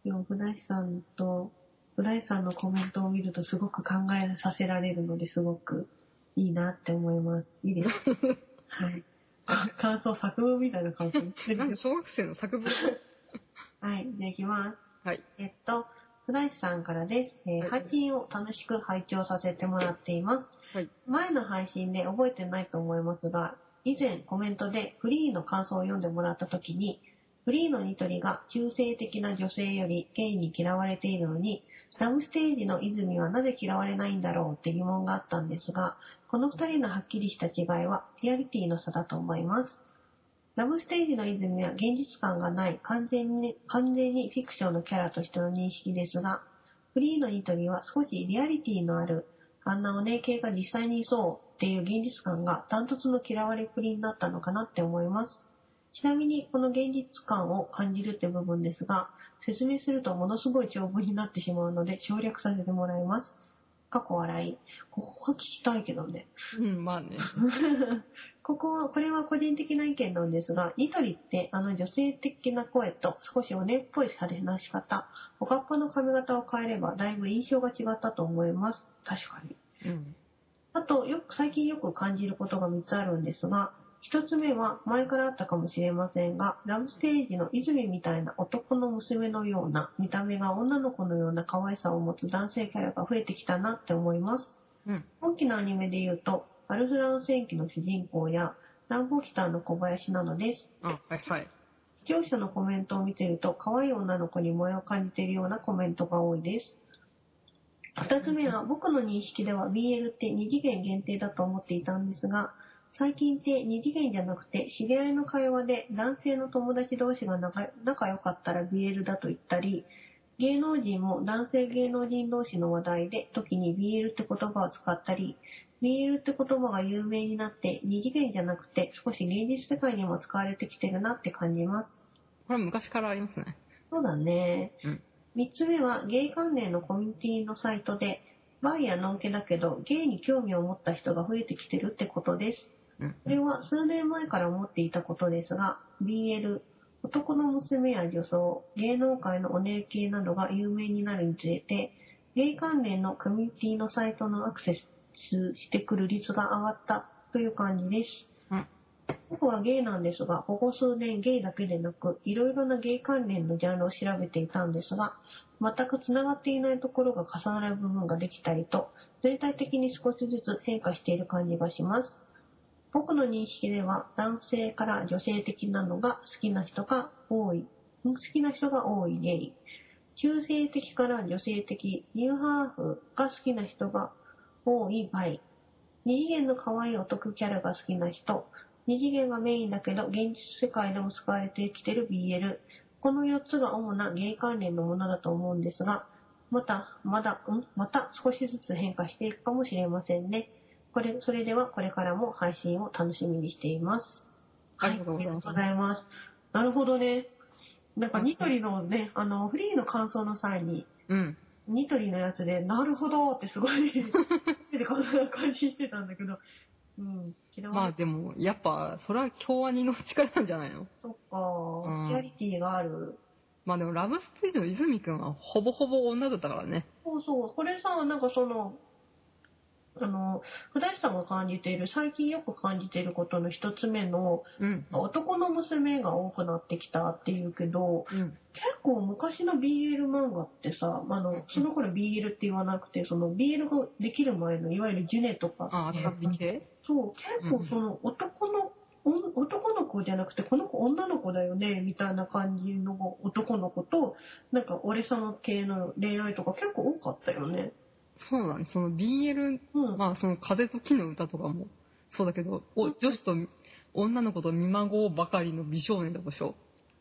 Speaker 1: でも、不大師さんと、不大師さんのコメントを見るとすごく考えさせられるのですごくいいなって思います。いいです。はい。感想作文みたいな感想。
Speaker 2: なんで小学生の作文
Speaker 1: はい、じゃあ行きます。
Speaker 2: はい。
Speaker 1: えっと、ふだしさんからです。えー
Speaker 2: はい
Speaker 1: 配信を楽しく拝聴させてもらっています。
Speaker 2: はい
Speaker 1: 前の配信で覚えてないと思いますが、以前コメントでフリーの感想を読んでもらった時に、フリーのニトリが中性的な女性よりゲイに嫌われているのに、ラブステージの泉はなぜ嫌われないんだろうって疑問があったんですが、この二人のはっきりした違いはリアリティの差だと思います。ラブステージの泉は現実感がない完全に、完全にフィクションのキャラとしての認識ですが、フリーのニトリは少しリアリティのある、あんなお姉系が実際にいそうっていう現実感がダントツの嫌われっぷりになったのかなって思います。ちなみにこの現実感を感じるって部分ですが、説明するとものすごい長文になってしまうので省略させてもらいます。過去笑い。ここは聞きたいけどね。
Speaker 2: うん、まあね。
Speaker 1: ここは、これは個人的な意見なんですが、ニトリってあの女性的な声と少しおねっぽい話し方、おかっぱの髪型を変えればだいぶ印象が違ったと思います。確かに。
Speaker 2: うん。
Speaker 1: あと、よく、最近よく感じることが3つあるんですが、1つ目は前からあったかもしれませんが、ラブステージの泉みたいな男の娘のような見た目が女の子のような可愛さを持つ男性キャラが増えてきたなって思います。
Speaker 2: うん。
Speaker 1: 大きなアニメで言うと、アルフラの戦記の主人公や、ランボキターの小林なのです。
Speaker 2: あ、はい、はい。
Speaker 1: 視聴者のコメントを見てると、可愛い女の子に萌えを感じているようなコメントが多いです。二つ目は、僕の認識では BL って二次元限定だと思っていたんですが、最近って二次元じゃなくて、知り合いの会話で男性の友達同士が仲仲良かったら BL だと言ったり、芸能人も男性芸能人同士の話題で時に BL って言葉を使ったり、BL って言葉が有名になって二次元じゃなくて少し現実世界にも使われてきてるなって感じます。
Speaker 2: これは昔からありますね。
Speaker 1: そうだね。
Speaker 2: うん
Speaker 1: 3つ目は、ゲイ関連のコミュニティのサイトで、バイやノンケだけど、ゲイに興味を持った人が増えてきてるってことです。
Speaker 2: うん。
Speaker 1: これは数年前から思っていたことですが、BL、男の娘や女装、芸能界のお姉系などが有名になるにつれて、ゲイ関連のコミュニティのサイトのアクセスしてくる率が上がったという感じです。
Speaker 2: うん
Speaker 1: 僕はゲイなんですが、ここ数年ゲイだけでなく、いろいろなゲイ関連のジャンルを調べていたんですが、全く繋がっていないところが重なる部分ができたりと、全体的に少しずつ変化している感じがします。僕の認識では男性から女性的なのが好きな人が多い。ん好きな人が多いゲイ。中性的から女性的、ニューハーフが好きな人が多いバイ。二次元の可愛い男キャラが好きな人。二次元がメインだけど、現実世界でも使われてきてる BL。この4つが主なゲイ関連のものだと思うんですが、また、まだ、んまた少しずつ変化していくかもしれませんね。これ、それではこれからも配信を楽しみにしています。
Speaker 2: ありがとうございます
Speaker 1: はありがとうございます。なるほどね。なんかニトリのね、あの、フリーの感想の際に、
Speaker 2: うん。
Speaker 1: ニトリのやつで、なるほどってすごい、こんな感じしてたんだけど、うん、嫌わ
Speaker 2: ま
Speaker 1: れ
Speaker 2: あでも、やっぱ、それは共和人の力なんじゃないの
Speaker 1: そっか、
Speaker 2: うん
Speaker 1: リアリティがある。
Speaker 2: まあでも、ラブステージの泉くんはほぼほぼ女だったからね。
Speaker 1: そうそう、これさ、なんかその、あの、ふだしさんが感じている、最近よく感じていることの一つ目の、
Speaker 2: うん。
Speaker 1: 男の娘が多くなってきたっていうけど、
Speaker 2: うん。
Speaker 1: 結構昔の BL 漫画ってさ、あの、その頃 BL って言わなくて、その BL ができる前の、いわゆるジュネとか、
Speaker 2: あ、あたび系
Speaker 1: そう、結構その男の、おん男の子じゃなくて、この子女の子だよね、みたいな感じの男の子と、なんか俺様系の恋愛とか結構多かったよね。
Speaker 2: そうだね。その BL、
Speaker 1: うん。
Speaker 2: まあその風と木の歌とかも、そうだけど、お女子と女の子と見まごうばかりの美少年とかでしょ。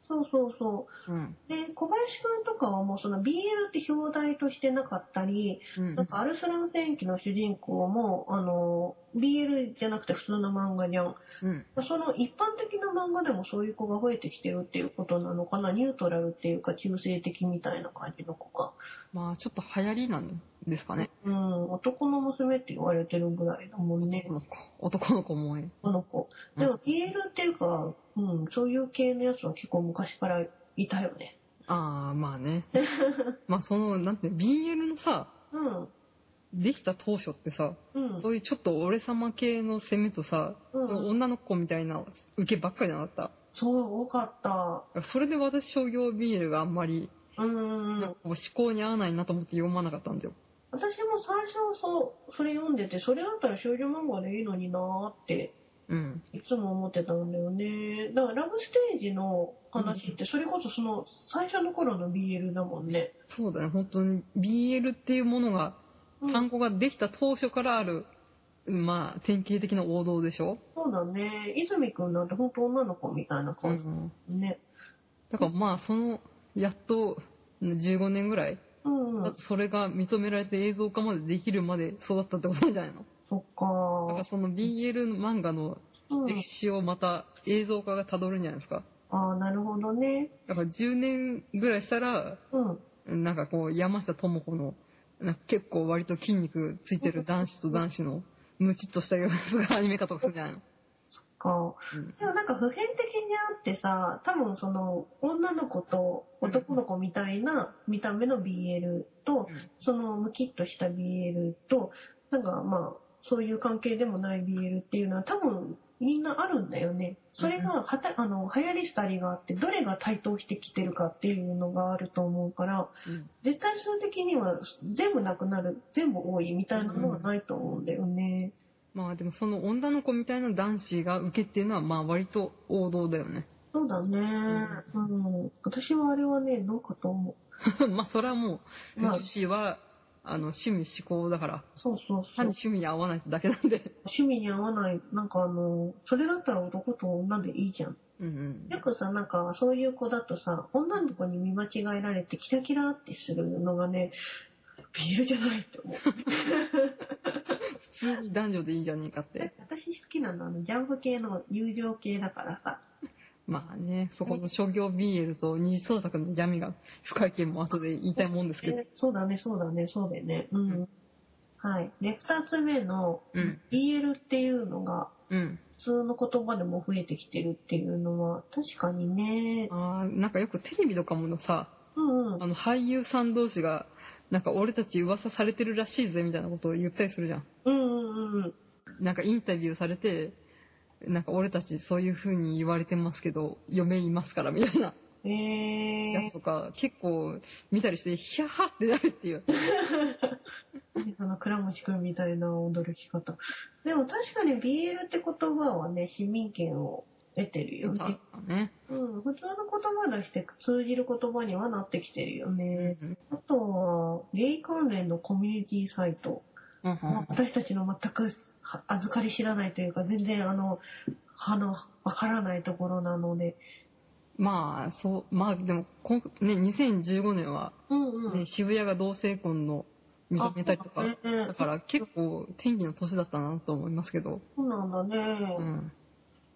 Speaker 1: そうそうそ
Speaker 2: うん。
Speaker 1: う。で、小林くんとかはもうその BL って表題としてなかったり、
Speaker 2: うん
Speaker 1: なんかアルスラン戦記の主人公も、あの、BL じゃなくて普通の漫画じゃん。
Speaker 2: うん。
Speaker 1: その一般的な漫画でもそういう子が増えてきてるっていうことなのかな。ニュートラルっていうか中性的みたいな感じの子が。
Speaker 2: まあちょっと流行りなんですかね。
Speaker 1: うん、男の娘って言われてるぐらいだもんね
Speaker 2: 男、の子。男の子も多い。
Speaker 1: この子。でも BL っていうか、うん、そういう系のやつは結構昔からいたよね。
Speaker 2: ああ、ま あね。まあその、なんていうの BL のさ、
Speaker 1: うん、
Speaker 2: できた当初ってさ、
Speaker 1: うん。
Speaker 2: そういうちょっと俺様系の攻めとさ、
Speaker 1: うん
Speaker 2: その女の子みたいな受けばっかりじゃなかっ
Speaker 1: そう、多かった。
Speaker 2: た。それで私商業 BL があんまり、
Speaker 1: うん。
Speaker 2: なんかこう思考に合わないなと思って読まなかったんだよ。
Speaker 1: 私も最初そう、それ読んでて、それだったら少女漫画でいいのになーって、
Speaker 2: うん。
Speaker 1: いつも思ってたんだよね。だからラブステージの話って、それこそその最初の頃の BL だもんね。
Speaker 2: そうだね、本当に BL っていうものが、
Speaker 1: うん
Speaker 2: 単語ができた当初からある、まあ典型的な王道でしょ、
Speaker 1: そうだね。泉くんなんて本当女の子みたいな感
Speaker 2: ん、
Speaker 1: じね。
Speaker 2: だからまあその、やっと15年ぐらい、
Speaker 1: うん、うん。
Speaker 2: だってそれが認められて映像化までできるまで育ったってことなんじゃないの
Speaker 1: そっ
Speaker 2: だから
Speaker 1: か。
Speaker 2: その BL 漫画の
Speaker 1: うん
Speaker 2: 歴、史をまた映像化がたどるんじゃないですか。
Speaker 1: ああ、なるほどね。
Speaker 2: だから10年ぐらいしたら、
Speaker 1: うん。
Speaker 2: なんかこう、山下智子の、なんか結構割と筋肉ついてる男子と男子の、ムチっとした様子がアニメ化とかするんじゃないの
Speaker 1: か。
Speaker 2: うん
Speaker 1: でもなんか普遍的にあってさ、多分その女の子と男の子みたいな見た目の BL と、
Speaker 2: うん
Speaker 1: そのムキッとした BL と、なんかまあ、そういう関係でもない BL っていうのは多分みんなあるんだよね。それがはた、あの、流行りしたりがあって、どれが対等してきてるかっていうのがあると思うから、
Speaker 2: うん
Speaker 1: 絶対数的には全部なくなる、全部多いみたいなのはないと思うんだよね。
Speaker 2: まあでもその女の子みたいな男子が受けっていうのは、まあ割と王道だよね。
Speaker 1: そうだね。うん。私はあれはね、どうかと思
Speaker 2: まあそれはもう、
Speaker 1: う。まあ
Speaker 2: 女、子は、あの、趣味思考だから、
Speaker 1: そうそうそ
Speaker 2: 単
Speaker 1: う
Speaker 2: に。趣味に合わないだけなんで。
Speaker 1: 趣味に合わない、なんかあの、それだったら男と女でいいじゃん。
Speaker 2: うんうん
Speaker 1: よくさ、なんかそういう子だとさ、女の子に見間違えられてキラキラってするのがね、ビールじゃないって思う。
Speaker 2: 普通に男女でいいんじゃねえかって。
Speaker 1: 私好きなのはあの、ジャンプ系の友情系だからさ。
Speaker 2: まあね、そこの商業 BL と二次創作の闇が深い件も後で言いたいもんですけど。
Speaker 1: えそうだね、そうだね、そうだよね。うん。はい。で、二つ目の、
Speaker 2: うん。
Speaker 1: BL っていうのが、
Speaker 2: うん。
Speaker 1: 普通の言葉でも増えてきてるっていうのは、確かにね。
Speaker 2: ああ、なんかよくテレビとかもさ、
Speaker 1: うんうん
Speaker 2: あ。の俳優さん同士が、なんか俺たち噂されてるらしいぜみたいなことを言ったりするじゃん。
Speaker 1: うんうんうんうん。
Speaker 2: なんかインタビューされて、なんか俺たちそういう風に言われてますけど、嫁いますからみたいなや
Speaker 1: え
Speaker 2: つとか、結構見たりして、ヒャハってなるっていう。
Speaker 1: ー、その倉持くんみたいな驚き方。でも確かに BL って言葉はね、市民権を得てるよね。
Speaker 2: ね。
Speaker 1: うん、普通の言葉として通じる言葉にはなってきてるよね。
Speaker 2: うん
Speaker 1: あとは、ゲイ関連のコミュニティサイト。
Speaker 2: うんうん
Speaker 1: 私たちの全くは預かり知らないというか、全然あの、あの、わからないところなので。
Speaker 2: まあ、そう、まあ、でも、こんね、2015年は、
Speaker 1: うんう
Speaker 2: ね、渋谷が同性婚の認めたりとか
Speaker 1: あ、そうだね
Speaker 2: だから結構、天気の年だったなと思いますけど、
Speaker 1: そうなんだね。
Speaker 2: うん。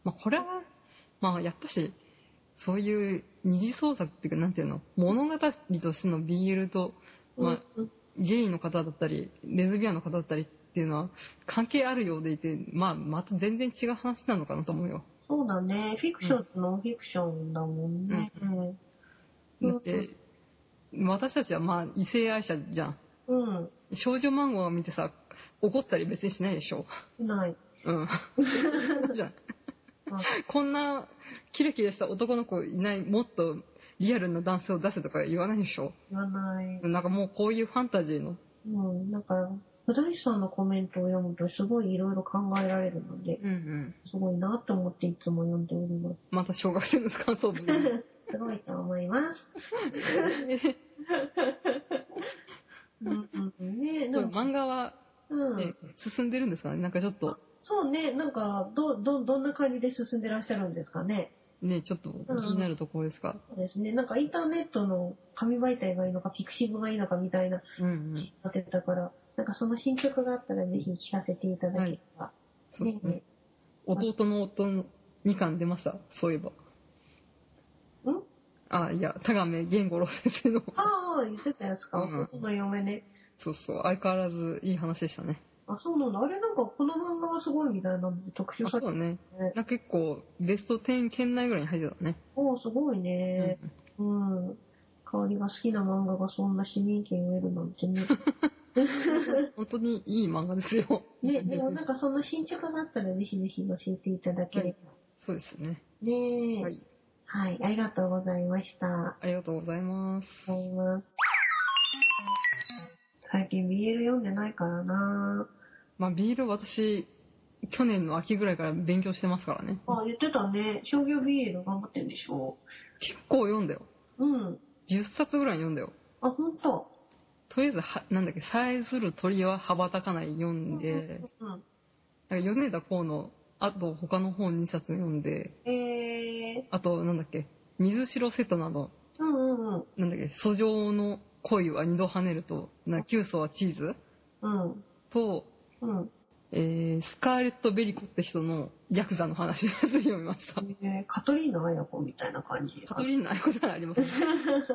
Speaker 2: まあ、これは、まあ、やっぱし、そういう二次創作っていうか、なんていうの、物語としての BL と、まあ、
Speaker 1: うん
Speaker 2: ゲイの方だったり、レズビアンの方だったりっていうのは関係あるようでいて、まあ、また全然違う話なのかなと思うよ。
Speaker 1: そうだね。フィクションとノンフィクションだもんね。うん。
Speaker 2: だって、私たちはまあ、異性愛者じゃん。
Speaker 1: うん。
Speaker 2: 少女漫画を見てさ、怒ったり別にしないでしょ。
Speaker 1: ない。
Speaker 2: うん。じゃん
Speaker 1: うん
Speaker 2: こんなキラキラした男の子いない、もっとリアルな男性を出せとか言わないでしょ。
Speaker 1: 言わない。
Speaker 2: なんかもうこういうファンタジーの。
Speaker 1: うん。なんか、古代さんのコメントを読むとすごいいろいろ考えられるので、
Speaker 2: うんうん。
Speaker 1: すごいなと思っていつも読んでおります。
Speaker 2: また小学生の感想文。
Speaker 1: すごいと思います。うんうん、ね
Speaker 2: で
Speaker 1: で
Speaker 2: も
Speaker 1: も、
Speaker 2: 漫画は、
Speaker 1: う
Speaker 2: ね
Speaker 1: ん、
Speaker 2: 進んでるんですかねなんかちょっと、
Speaker 1: そうね、なんか、ど、ど、どんな感じで進んでらっしゃるんですかね。
Speaker 2: ね、ちょっと気になるところですか。
Speaker 1: そうですね、なんかインターネットの紙媒体がいいのか、フィクシブがいいのかみたいな、
Speaker 2: うんうん。
Speaker 1: なってたから、なんかその進捗があったらぜひ聞かせていただければ。
Speaker 2: そうですね
Speaker 1: ね。
Speaker 2: 弟の夫のみかん出ました。そういえば。
Speaker 1: ん
Speaker 2: あ、いや、田亀源五郎先生の。
Speaker 1: ああ、言ってたやつか、
Speaker 2: うん
Speaker 1: 弟の嫁ね。
Speaker 2: そうそう、相変わらずいい話でしたね。
Speaker 1: あ、そうなんだ。あれなんかこの漫画はすごいみたいなので特集
Speaker 2: あ
Speaker 1: さ
Speaker 2: そ
Speaker 1: れて
Speaker 2: うね。
Speaker 1: ね
Speaker 2: なんか結構、ベスト10圏内ぐらいに入ってたね。
Speaker 1: おーすごいね。うん。香りが好きな漫画がそんな市民権を得るなんて ね。
Speaker 2: うん本当にいい漫画ですよ。
Speaker 1: ね、でもなんかその進捗があったらぜひぜひ教えていただければ。
Speaker 2: そうですね。
Speaker 1: ねえ、
Speaker 2: は
Speaker 1: はい。
Speaker 2: い。
Speaker 1: ありがとうございました。あ
Speaker 2: ありがとうございます。
Speaker 1: りがとうございます。最近 BL 読んでないからな
Speaker 2: まあ、ビール私、去年の秋ぐらいから勉強してますからね。
Speaker 1: あ、言ってたね。商業 BL 頑張ってるんでしょ
Speaker 2: 結構読んだよ。
Speaker 1: うん。
Speaker 2: 10冊ぐらい読んだよ。
Speaker 1: あ、ほんと。
Speaker 2: とりあえずは、なんだっけ、さえずる鳥は羽ばたかない読んで、
Speaker 1: うん。
Speaker 2: なんか米田公の、あと他の本2冊読んで、
Speaker 1: え
Speaker 2: あと、なんだっけ、水城瀬戸など、
Speaker 1: ー、うんうんうん。
Speaker 2: なんだっけ、訴状の恋は二度跳ねると、な9層はチーズ
Speaker 1: うん。
Speaker 2: と、
Speaker 1: うん。
Speaker 2: えー、スカーレット・ベリコって人のヤクザの話のやつ読みま した。
Speaker 1: えー、カトリーナ彩子みたいな感じ。
Speaker 2: カトリーナあいことありますね。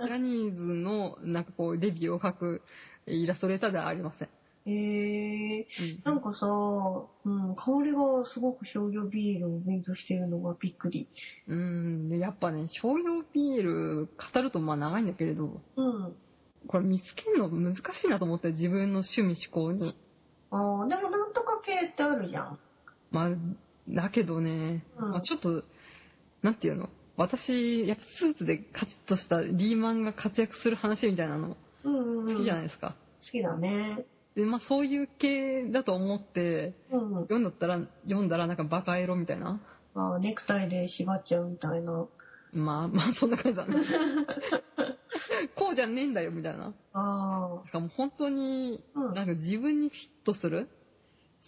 Speaker 2: ジャニーズの、なんかこう、レビューを書くイラストレーターではありません。
Speaker 1: えー、なんかさ、うん、香りがすごく商業ビールを勉強してるのがびっくり。
Speaker 2: うん、でやっぱね、商業 PL 語るとまあ長いんだけれど、
Speaker 1: うん。
Speaker 2: これ見つけるの難しいなと思って自分の趣味思考に。
Speaker 1: ああ、でもなんとか系ってあるじゃん。
Speaker 2: まあ、だけどね、
Speaker 1: うん
Speaker 2: まあ、ちょっと、なんていうの私、やっぱスーツでカチッとしたリーマンが活躍する話みたいなの
Speaker 1: うんうんうん。
Speaker 2: 好きじゃ
Speaker 1: 好
Speaker 2: ないですか。
Speaker 1: きだね。
Speaker 2: で、まあそういう系だと思って、
Speaker 1: うんうん。
Speaker 2: 読んだったら、読んだらなんかバカエロみたいな。
Speaker 1: ああ、ネクタイで縛っちゃうみたいな。
Speaker 2: まあまあそんな感じ だね。こうじゃねえんだよみたいな。
Speaker 1: ああ、
Speaker 2: なんかもう本当に、
Speaker 1: うん。
Speaker 2: なんか自分にフィットする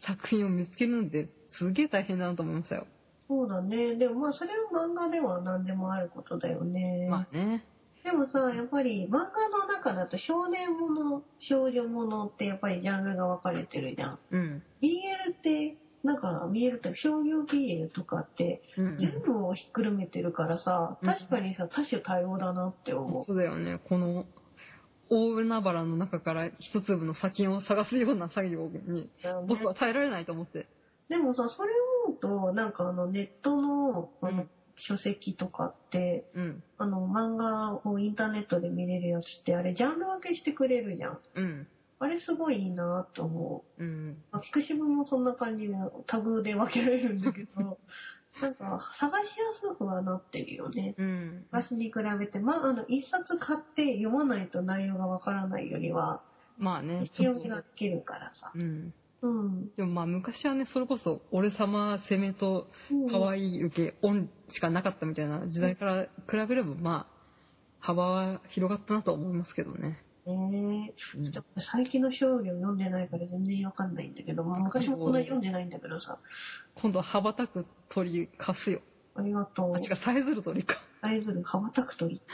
Speaker 2: 作品を見つけるのってすげえ大変だなと思いましたよ。
Speaker 1: そうだね。でもまあ、それは漫画では何でもあることだよね。
Speaker 2: まあね。
Speaker 1: でもさ、やっぱり漫画の中だと少年もの、少女ものってやっぱりジャンルが分かれてるじゃん。
Speaker 2: うん。
Speaker 1: BL って、なんか BL って商業 BL とかって
Speaker 2: うん、
Speaker 1: 全部をひっくるめてるからさ、
Speaker 2: うん
Speaker 1: 確かにさ、多種多様だなって思う。
Speaker 2: そうだよね。この、大海原の中から一粒の砂金を探すような作業に、僕は耐えられないと思って。
Speaker 1: でもさ、それを思うと、なんかあのネットのあの、
Speaker 2: うん
Speaker 1: 書籍とかって、
Speaker 2: うん。
Speaker 1: あの漫画をインターネットで見れるやつってあれジャンル分けしてくれるじゃん。
Speaker 2: うん。
Speaker 1: あれすごいいいなと思う。
Speaker 2: うん。
Speaker 1: まあ、ピクシブもそんな感じでタグで分けられるんだけ ど、なんか探しやすくはなってるよね。
Speaker 2: うん。
Speaker 1: 昔に比べて、まあ、あの、一冊買って読まないと内容がわからないよりは、
Speaker 2: まあね。
Speaker 1: 読みができるからさ。
Speaker 2: うん。
Speaker 1: うん。
Speaker 2: でもまあ昔はね、それこそ、俺様攻めと、可
Speaker 1: い
Speaker 2: 愛い受け、オンしかなかったみたいな時代から比べれば、まあ、幅は広がったなと思いますけどね。
Speaker 1: い。えー、
Speaker 2: うん
Speaker 1: ちょっと最近の商業読んでないから全然わかんないんだけど、まあ昔もこんなに読んでないんだけどさ、
Speaker 2: 今度は羽ばたく鳥貸すよ
Speaker 1: ありがとう
Speaker 2: あ。違うさえずる鳥か
Speaker 1: アイドル、羽ばたく鳥って。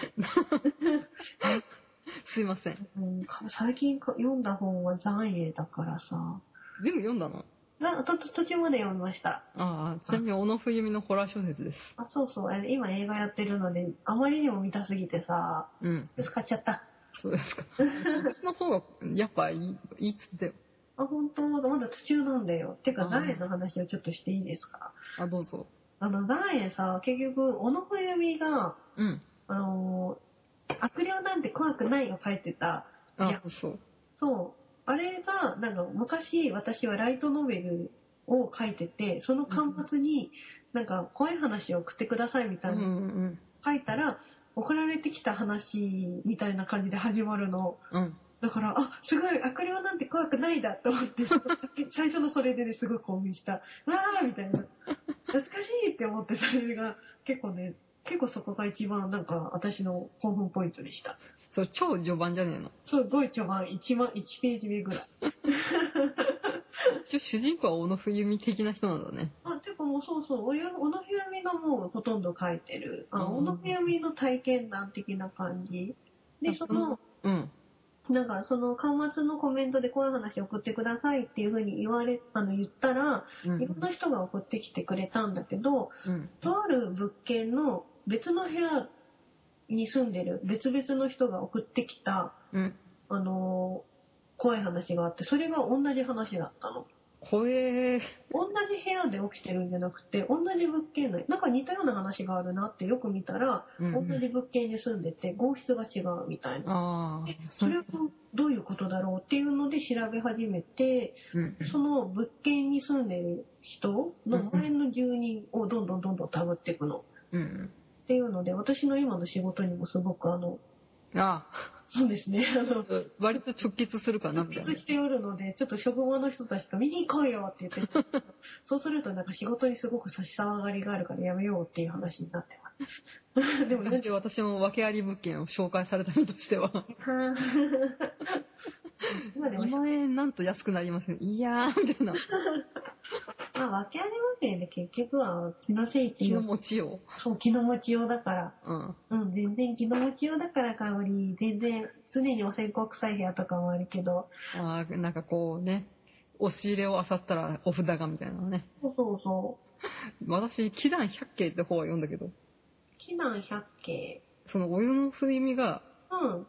Speaker 2: すいません
Speaker 1: うん、か最近か読んだ本は残影だからさ、
Speaker 2: 全部読んだの
Speaker 1: なとと途中まで読みました。
Speaker 2: ああちなみに小野冬美のホラー小説です
Speaker 1: あ、そうそう、え今映画やってるので、あまりにも見たすぎてさ、
Speaker 2: うん
Speaker 1: 使っちゃった。
Speaker 2: そうですか小説の方がやっぱいいいいっつってたよ
Speaker 1: あ、本当まだ途中なんだよ。てか、
Speaker 2: あー
Speaker 1: 誰の話をちょっとしていいですか
Speaker 2: あどうぞ
Speaker 1: あの、誰へさ、結局、小野冬美が、
Speaker 2: うん
Speaker 1: あのー悪霊なんて怖くないを書いてた。い
Speaker 2: あ
Speaker 1: や
Speaker 2: そうそう
Speaker 1: そう。あれが、なんか、昔、私はライトノベルを書いてて、その刊物に、なんか、怖い話を送ってくださいみ
Speaker 2: う
Speaker 1: た
Speaker 2: ん
Speaker 1: いうなん書いたら、送られてきた話みたいな感じで始まるの。
Speaker 2: うんうん
Speaker 1: だから、あ、すごい、悪霊なんて怖くないだと思って、最初のそれでね、すごい興奮した。わーみたいな。懐かしいって思って、それが、結構ね、結構そこが一番、なんか、私の興奮ポイントでした。
Speaker 2: それ超序盤じゃねえの
Speaker 1: そう、ドイツ版1万、1ページ目ぐらい。
Speaker 2: 一応主人公は小野冬美的な人なんだね
Speaker 1: あ、てかもうそうそう、およ小野冬美がもうほとんど書いてる。あ、
Speaker 2: うん
Speaker 1: 小野冬美の体験談的な感じ。で、
Speaker 2: あ
Speaker 1: そ
Speaker 2: その
Speaker 1: の、
Speaker 2: うん
Speaker 1: なんか、その、端末のコメントでこういう話送ってくださいっていうふうに言われ、あの、言ったら、
Speaker 2: うん
Speaker 1: いろんな人が送ってきてくれたんだけど、
Speaker 2: うん
Speaker 1: とある物件の別の部屋に住んでる別々の人が送ってきた、
Speaker 2: うん
Speaker 1: あのー怖い話があって、それが同じ話だったの。
Speaker 2: 怖えー
Speaker 1: 同じ部屋で起きてるんじゃなくて、同じ物件内、なんか似たような話があるなってよく見たら、
Speaker 2: うん
Speaker 1: 同
Speaker 2: うん
Speaker 1: じ物件に住んでて、合室が違うみたいな。
Speaker 2: ああ
Speaker 1: え、それはどういうことだろうっていうので調べ始めて、
Speaker 2: うん
Speaker 1: その物件に住んでる人の前の住人をどんどんどんどんたぐっていくの。
Speaker 2: うん
Speaker 1: っていうので、私の今の仕事にもすごくあの、
Speaker 2: うんあ
Speaker 1: そうですね、あの、
Speaker 2: あ割と直結するかなみたいな
Speaker 1: 別しておるので、ちょっと職場の人たちと見に行こうよって言ってるんですけど、そうするとなんか仕事にすごく差し障がりがあるからやめようっていう話になって ます。でもなんか
Speaker 2: 昔私も訳あり物件を紹介された身としては
Speaker 1: 今でも
Speaker 2: 2、万円なんと安くなりますよいやーみたいな
Speaker 1: まあ、わけありませんね。結局は、気のせいって
Speaker 2: 気
Speaker 1: い
Speaker 2: の
Speaker 1: う。
Speaker 2: 持ちよ
Speaker 1: そう、気の持ちようだから。
Speaker 2: う、うん、
Speaker 1: うん、全然気の持ちようだから、香り。全然、常にお線香臭い部屋とかもあるけど。
Speaker 2: あーなんかこうね押し入れを漁ったらお札がみたいなね
Speaker 1: そうそうそう。
Speaker 2: 私「祈願百景」って方は読んだけど
Speaker 1: 避難百景。
Speaker 2: そのお湯の振り身が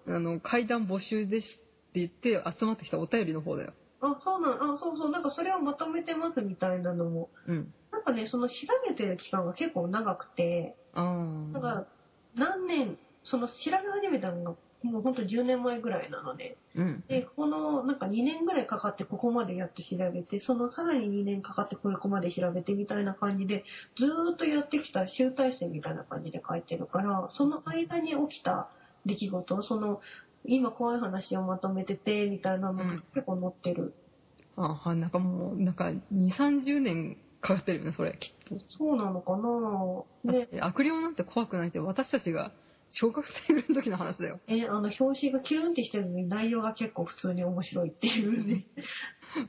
Speaker 1: うん。
Speaker 2: あの階段募集ですって言って集まってきたお便りの方だよ
Speaker 1: あ、そうなん、あ、そうそう。なんかそれをまとめてますみたいなのも。
Speaker 2: うん
Speaker 1: なんかね、その調べてる期間が結構長くて、
Speaker 2: あ
Speaker 1: だか
Speaker 2: あ
Speaker 1: ら、何年、その調べ始めたのが、もうほんと10年前ぐらいなので、
Speaker 2: うん
Speaker 1: で、このなんか2年ぐらいかかってここまでやって調べて、そのさらに2年かかってここまで調べてみたいな感じで、ずーっとやってきた集大成みたいな感じで書いてるから、その間に起きた出来事、その、今怖い話をまとめてて、みたいなの
Speaker 2: うん
Speaker 1: が結構載ってる。
Speaker 2: ああなんかもうなんか2 3 0年かかってるよねそれきっ
Speaker 1: そうなのか
Speaker 2: と
Speaker 1: な
Speaker 2: だ
Speaker 1: ね
Speaker 2: っ、て悪霊なんて怖くないって私たちが小学生ぐらいの時の話だよ
Speaker 1: えあの、表紙がキュンってしてるのに内容が結構普通に面白いっていうね。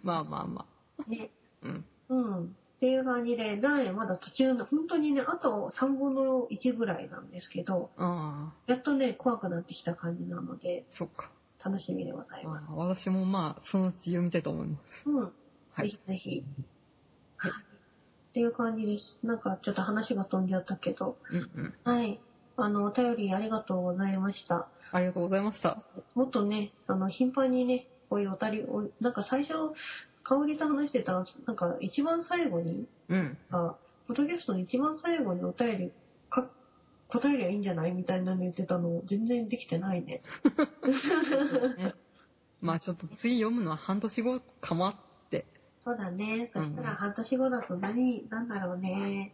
Speaker 2: まあまあま
Speaker 1: ね。
Speaker 2: あうん
Speaker 1: うん。っていう感じで、残影まだ途中の、本当にね、あと3分の1ぐらいなんですけど、
Speaker 2: あ
Speaker 1: やっとね、怖くなってきた感じなので、
Speaker 2: あそっか
Speaker 1: 楽しみでございま。
Speaker 2: ああ私もまあそのうち読みたいと思います
Speaker 1: うん。
Speaker 2: は
Speaker 1: ぜ
Speaker 2: い
Speaker 1: ひぜひ。はい。っていう感じです。なんかちょっと話が飛んじゃったけど。
Speaker 2: す、うんうん、
Speaker 1: はい。あの、お便りありがとうございました。
Speaker 2: ありがとうございました
Speaker 1: もっとね、あの、頻繁にね、こういうおたり、おなんか最初、香りと話してた、なんか一番最後に、
Speaker 2: うん
Speaker 1: あ、ポッドキャストの一番最後にお便りか、答えりゃいいんじゃないみたいなの言ってたの、全然できてないね。
Speaker 2: ねまあちょっと次読むのは半年後かもって
Speaker 1: そうだね。そした
Speaker 2: うん
Speaker 1: ら半年後だと何、なんだろうね。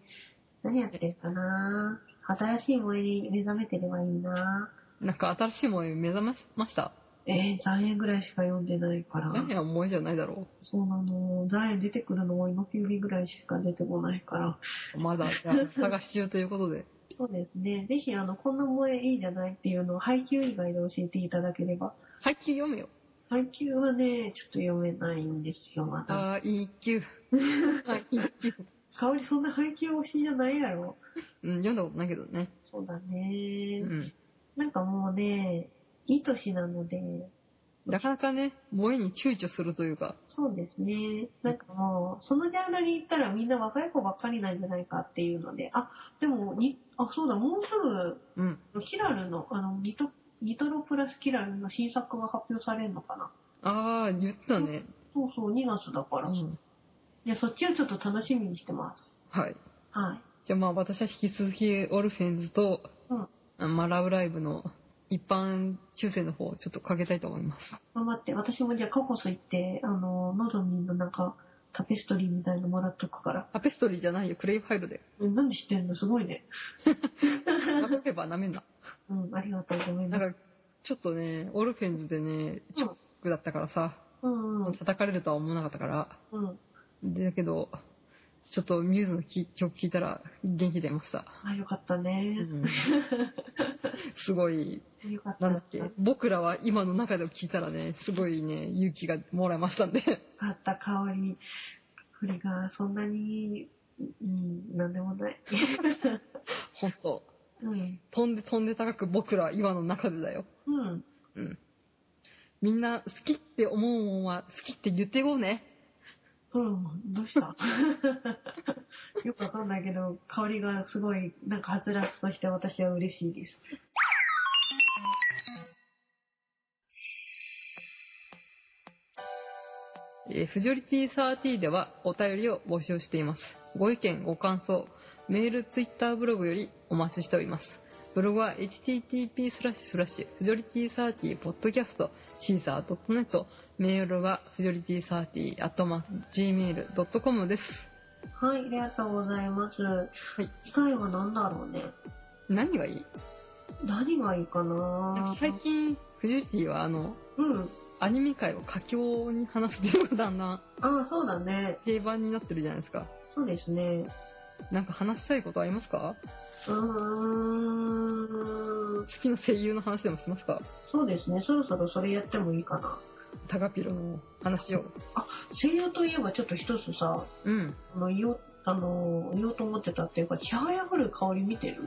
Speaker 1: 何やってるかな。新しい萌えに目覚めてればいいな。
Speaker 2: なんか新しいものに目覚ましました
Speaker 1: えー、残円ぐらいしか読んでないから。
Speaker 2: 何や思いじゃないだろ
Speaker 1: そうなの。残円出てくるのも今キュービーぐらいしか出てこないから。
Speaker 2: うまだじゃあ探し中ということ で
Speaker 1: そうですね。ぜひ、あの、こんな萌えいいじゃないっていうのを配給以外で教えていただければ。
Speaker 2: 配給読めよ。
Speaker 1: 配給はね、ちょっと読めないんですよ、まだ。
Speaker 2: あー、一級。 あ、一級。
Speaker 1: 香りそんな配給推しじゃないやろ。
Speaker 2: うん、読んだことないけどね。
Speaker 1: そうだ
Speaker 2: う
Speaker 1: ね、
Speaker 2: ん。
Speaker 1: なんかもうね、いい年なので、
Speaker 2: なかなかね、萌えに躊躇するというか。
Speaker 1: そうですね。なんかもう、そのジャンルに行ったらみんな若い子ばっかりなんじゃないかっていうので、あ、でも、にあ、そうだ、もうす
Speaker 2: うん。
Speaker 1: ぐ、キラルの、あの、ニト、ニトロプラスキラルの新作が発表されるのかな。
Speaker 2: あー、言ったね。
Speaker 1: そうそう、2月だか
Speaker 2: う
Speaker 1: ら。い
Speaker 2: ん。
Speaker 1: や、そっちをちょっと楽しみにしてます。
Speaker 2: はい。
Speaker 1: はい。
Speaker 2: じゃあまあ私は引き続きオルフェンズと、
Speaker 1: うん
Speaker 2: あまあラブライブの一般抽選の方をちょっとかけたいと思います。
Speaker 1: 頑張って、私もじゃあ過去そ行って、あの、ノドミンのなんか、タペストリーみたいのもらっとくから。
Speaker 2: タペストリーじゃないよ、クレイファイ ルで。
Speaker 1: うんなんで知ってんのすごいね。
Speaker 2: なければなめんな。
Speaker 1: うん、ありがとう、ごめん
Speaker 2: な
Speaker 1: ね。
Speaker 2: んか、ちょっとね、オルフェンズでね、ショックだったからさ、
Speaker 1: うん、うん、
Speaker 2: 叩かれるとは思わなかったから、
Speaker 1: うん。
Speaker 2: でだけど、ちょっとミューズのき曲聴いたら元気出ました。
Speaker 1: あ、よかった
Speaker 2: う
Speaker 1: ね。
Speaker 2: ん、すごい、
Speaker 1: よかった。
Speaker 2: なんだ
Speaker 1: よ
Speaker 2: っけ、僕らは今の中で聴いたらね、すごいね、勇気がもらえました んで、
Speaker 1: かった、香り。これが、そんなに、うん、なんでもない。
Speaker 2: 本当
Speaker 1: うん、
Speaker 2: 飛んで飛んで高く僕らは今の中でだよ。
Speaker 1: うん。
Speaker 2: うん。みんな好きって思うもんは好きって言っていこうね。
Speaker 1: うん、どうした よくわかんないけど、香りがすごい、なんか、はつらつとして私は嬉しいです。
Speaker 2: えー、フジョリティ30ではお便りを募集しています。ご意見、ご感想、メール、ツイッターブログよりお待ちしております。ブログは http スラッシュスラッシュ、フジョリティ30、ポッドキャスト、シーサー .net、メールはフジョリティ30、アットマーク、gmail.com です。
Speaker 1: はい、ありがとうございます。
Speaker 2: い
Speaker 1: 次回は何だろうね。
Speaker 2: 何がいい
Speaker 1: 何がいいか
Speaker 2: なん
Speaker 1: な
Speaker 2: か最近、フジョリティはあの、
Speaker 1: うん。
Speaker 2: アニメ界を佳境に話すっていうのがだんだん
Speaker 1: あ、そうだね。
Speaker 2: 定番になってるじゃないですか。
Speaker 1: そうですね。
Speaker 2: なんか話したいことありますか
Speaker 1: うーん
Speaker 2: 好。きな声優の話でもしますか
Speaker 1: そうですね。そろそろそれやってもいいかな。
Speaker 2: タガピロの話を。
Speaker 1: 声優といえばちょっと一つさ、
Speaker 2: うん。
Speaker 1: あの、言おう、あの、言おうと思ってたっていうか、ちはやふる香り見てる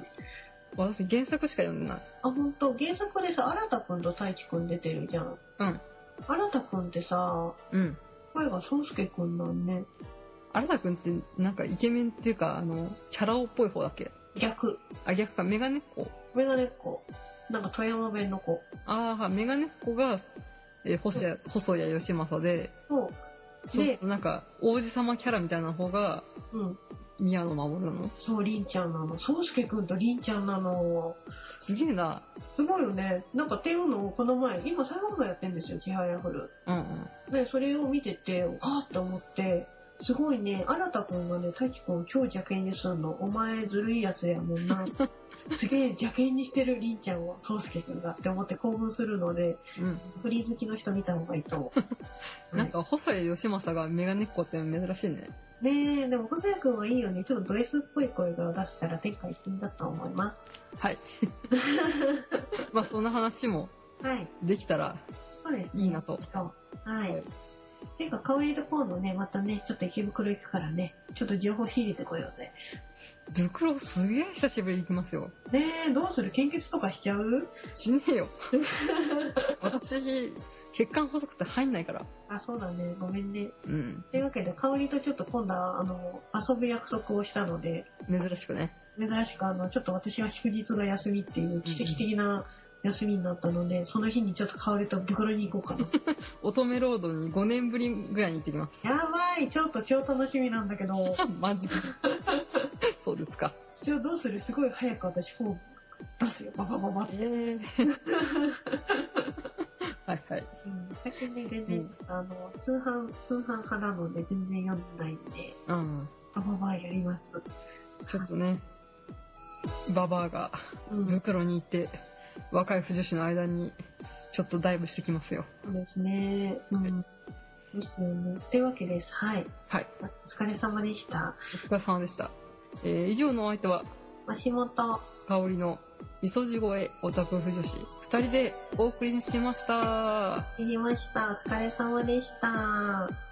Speaker 2: 私原作しか読んでない。
Speaker 1: あ、ほんと、原作でさ、新田くんと大輝くん出てるじゃん。
Speaker 2: うん。
Speaker 1: 新田くんってさ、
Speaker 2: うん。
Speaker 1: 声が宗介くんなんね。
Speaker 2: 新田くんってなんかイケメンっていうか、あの、チャラ男っぽい方だっけ
Speaker 1: 逆。
Speaker 2: あ、逆か、メガネっ子。
Speaker 1: メガネっ子。なんか富山弁の子。
Speaker 2: ああ、メガネっ子が、えー細谷、細谷義政で、
Speaker 1: そう。で
Speaker 2: そなんか、王子様キャラみたいな方が、
Speaker 1: うん。
Speaker 2: 宮野守るの。
Speaker 1: そう、りんちゃんなの。宗介くんとりんちゃんなの。
Speaker 2: すげえな。
Speaker 1: すごいよね。なんかっていうのをこの前、今最後までやってんですよ、ちはやふる。
Speaker 2: うんうん。
Speaker 1: で、それを見てて、あーって思って、すごいね、新田くんがね、大輝くんを今日邪険にするの。お前ずるいやつやも んな。すげえ邪険にしてるりんちゃんを、宗介くんがって思って興奮するので、
Speaker 2: うん。
Speaker 1: フリー好きの人見た方がいいと思う。
Speaker 2: なんか、細谷義政がメガネっ子って珍しいね。
Speaker 1: ねえ、でも、細谷くんはいいよね。ちょっとド S っぽい声が出したら天下一品だと思いま
Speaker 2: はい。まあ、そんな話も
Speaker 1: す。はい。
Speaker 2: できたら
Speaker 1: そうですね。
Speaker 2: いいなと。
Speaker 1: そう。は
Speaker 2: はい
Speaker 1: い。ていうか、香りと今度ね、またね、ちょっと池袋行くからね、ちょっと情報仕入れてこようぜ。
Speaker 2: ブクロすげえ久しぶりに行きますよ。
Speaker 1: ねえ、どうする献血とかしちゃう
Speaker 2: しね えよ。私、血管細くて入んないから。
Speaker 1: あ、そうだね。ごめんね。
Speaker 2: うん。
Speaker 1: というわけで、香りとちょっと今度は、あの、遊ぶ約束をしたので、
Speaker 2: 珍しくね。
Speaker 1: 珍しく、あの、ちょっと私は祝日が休みっていう奇跡的な休みになったので、その日にちょっと香りと袋に行こうかな。
Speaker 2: 乙女ロードに5年ぶりぐらいに行ってきます。
Speaker 1: やばい、ちょっと超楽しみなんだけど、
Speaker 2: あマ ジか。そうですか。
Speaker 1: じゃあどうするすごい早く私本出すよ、ババババって。
Speaker 2: ええはいはい。
Speaker 1: うん私ね、全
Speaker 2: う
Speaker 1: 然
Speaker 2: ん、
Speaker 1: あの、通販、通販派なので、全然読んでないんで、
Speaker 2: うん。
Speaker 1: バババアやります。
Speaker 2: ちょっとね、ババアが
Speaker 1: う
Speaker 2: ブ
Speaker 1: ん、
Speaker 2: クロに行って、若い腐女子の間に、ちょっとダイブしてきますよ。
Speaker 1: そうですね。うん。ですよね。というわけです。はい。
Speaker 2: はい。
Speaker 1: お疲れ様でした。
Speaker 2: お疲れ様でした。えー以上のお相手は、
Speaker 1: 足元、
Speaker 2: 香りのみそじ声オタク婦女子2人でお送りしました。
Speaker 1: やりました。お疲れ様でした。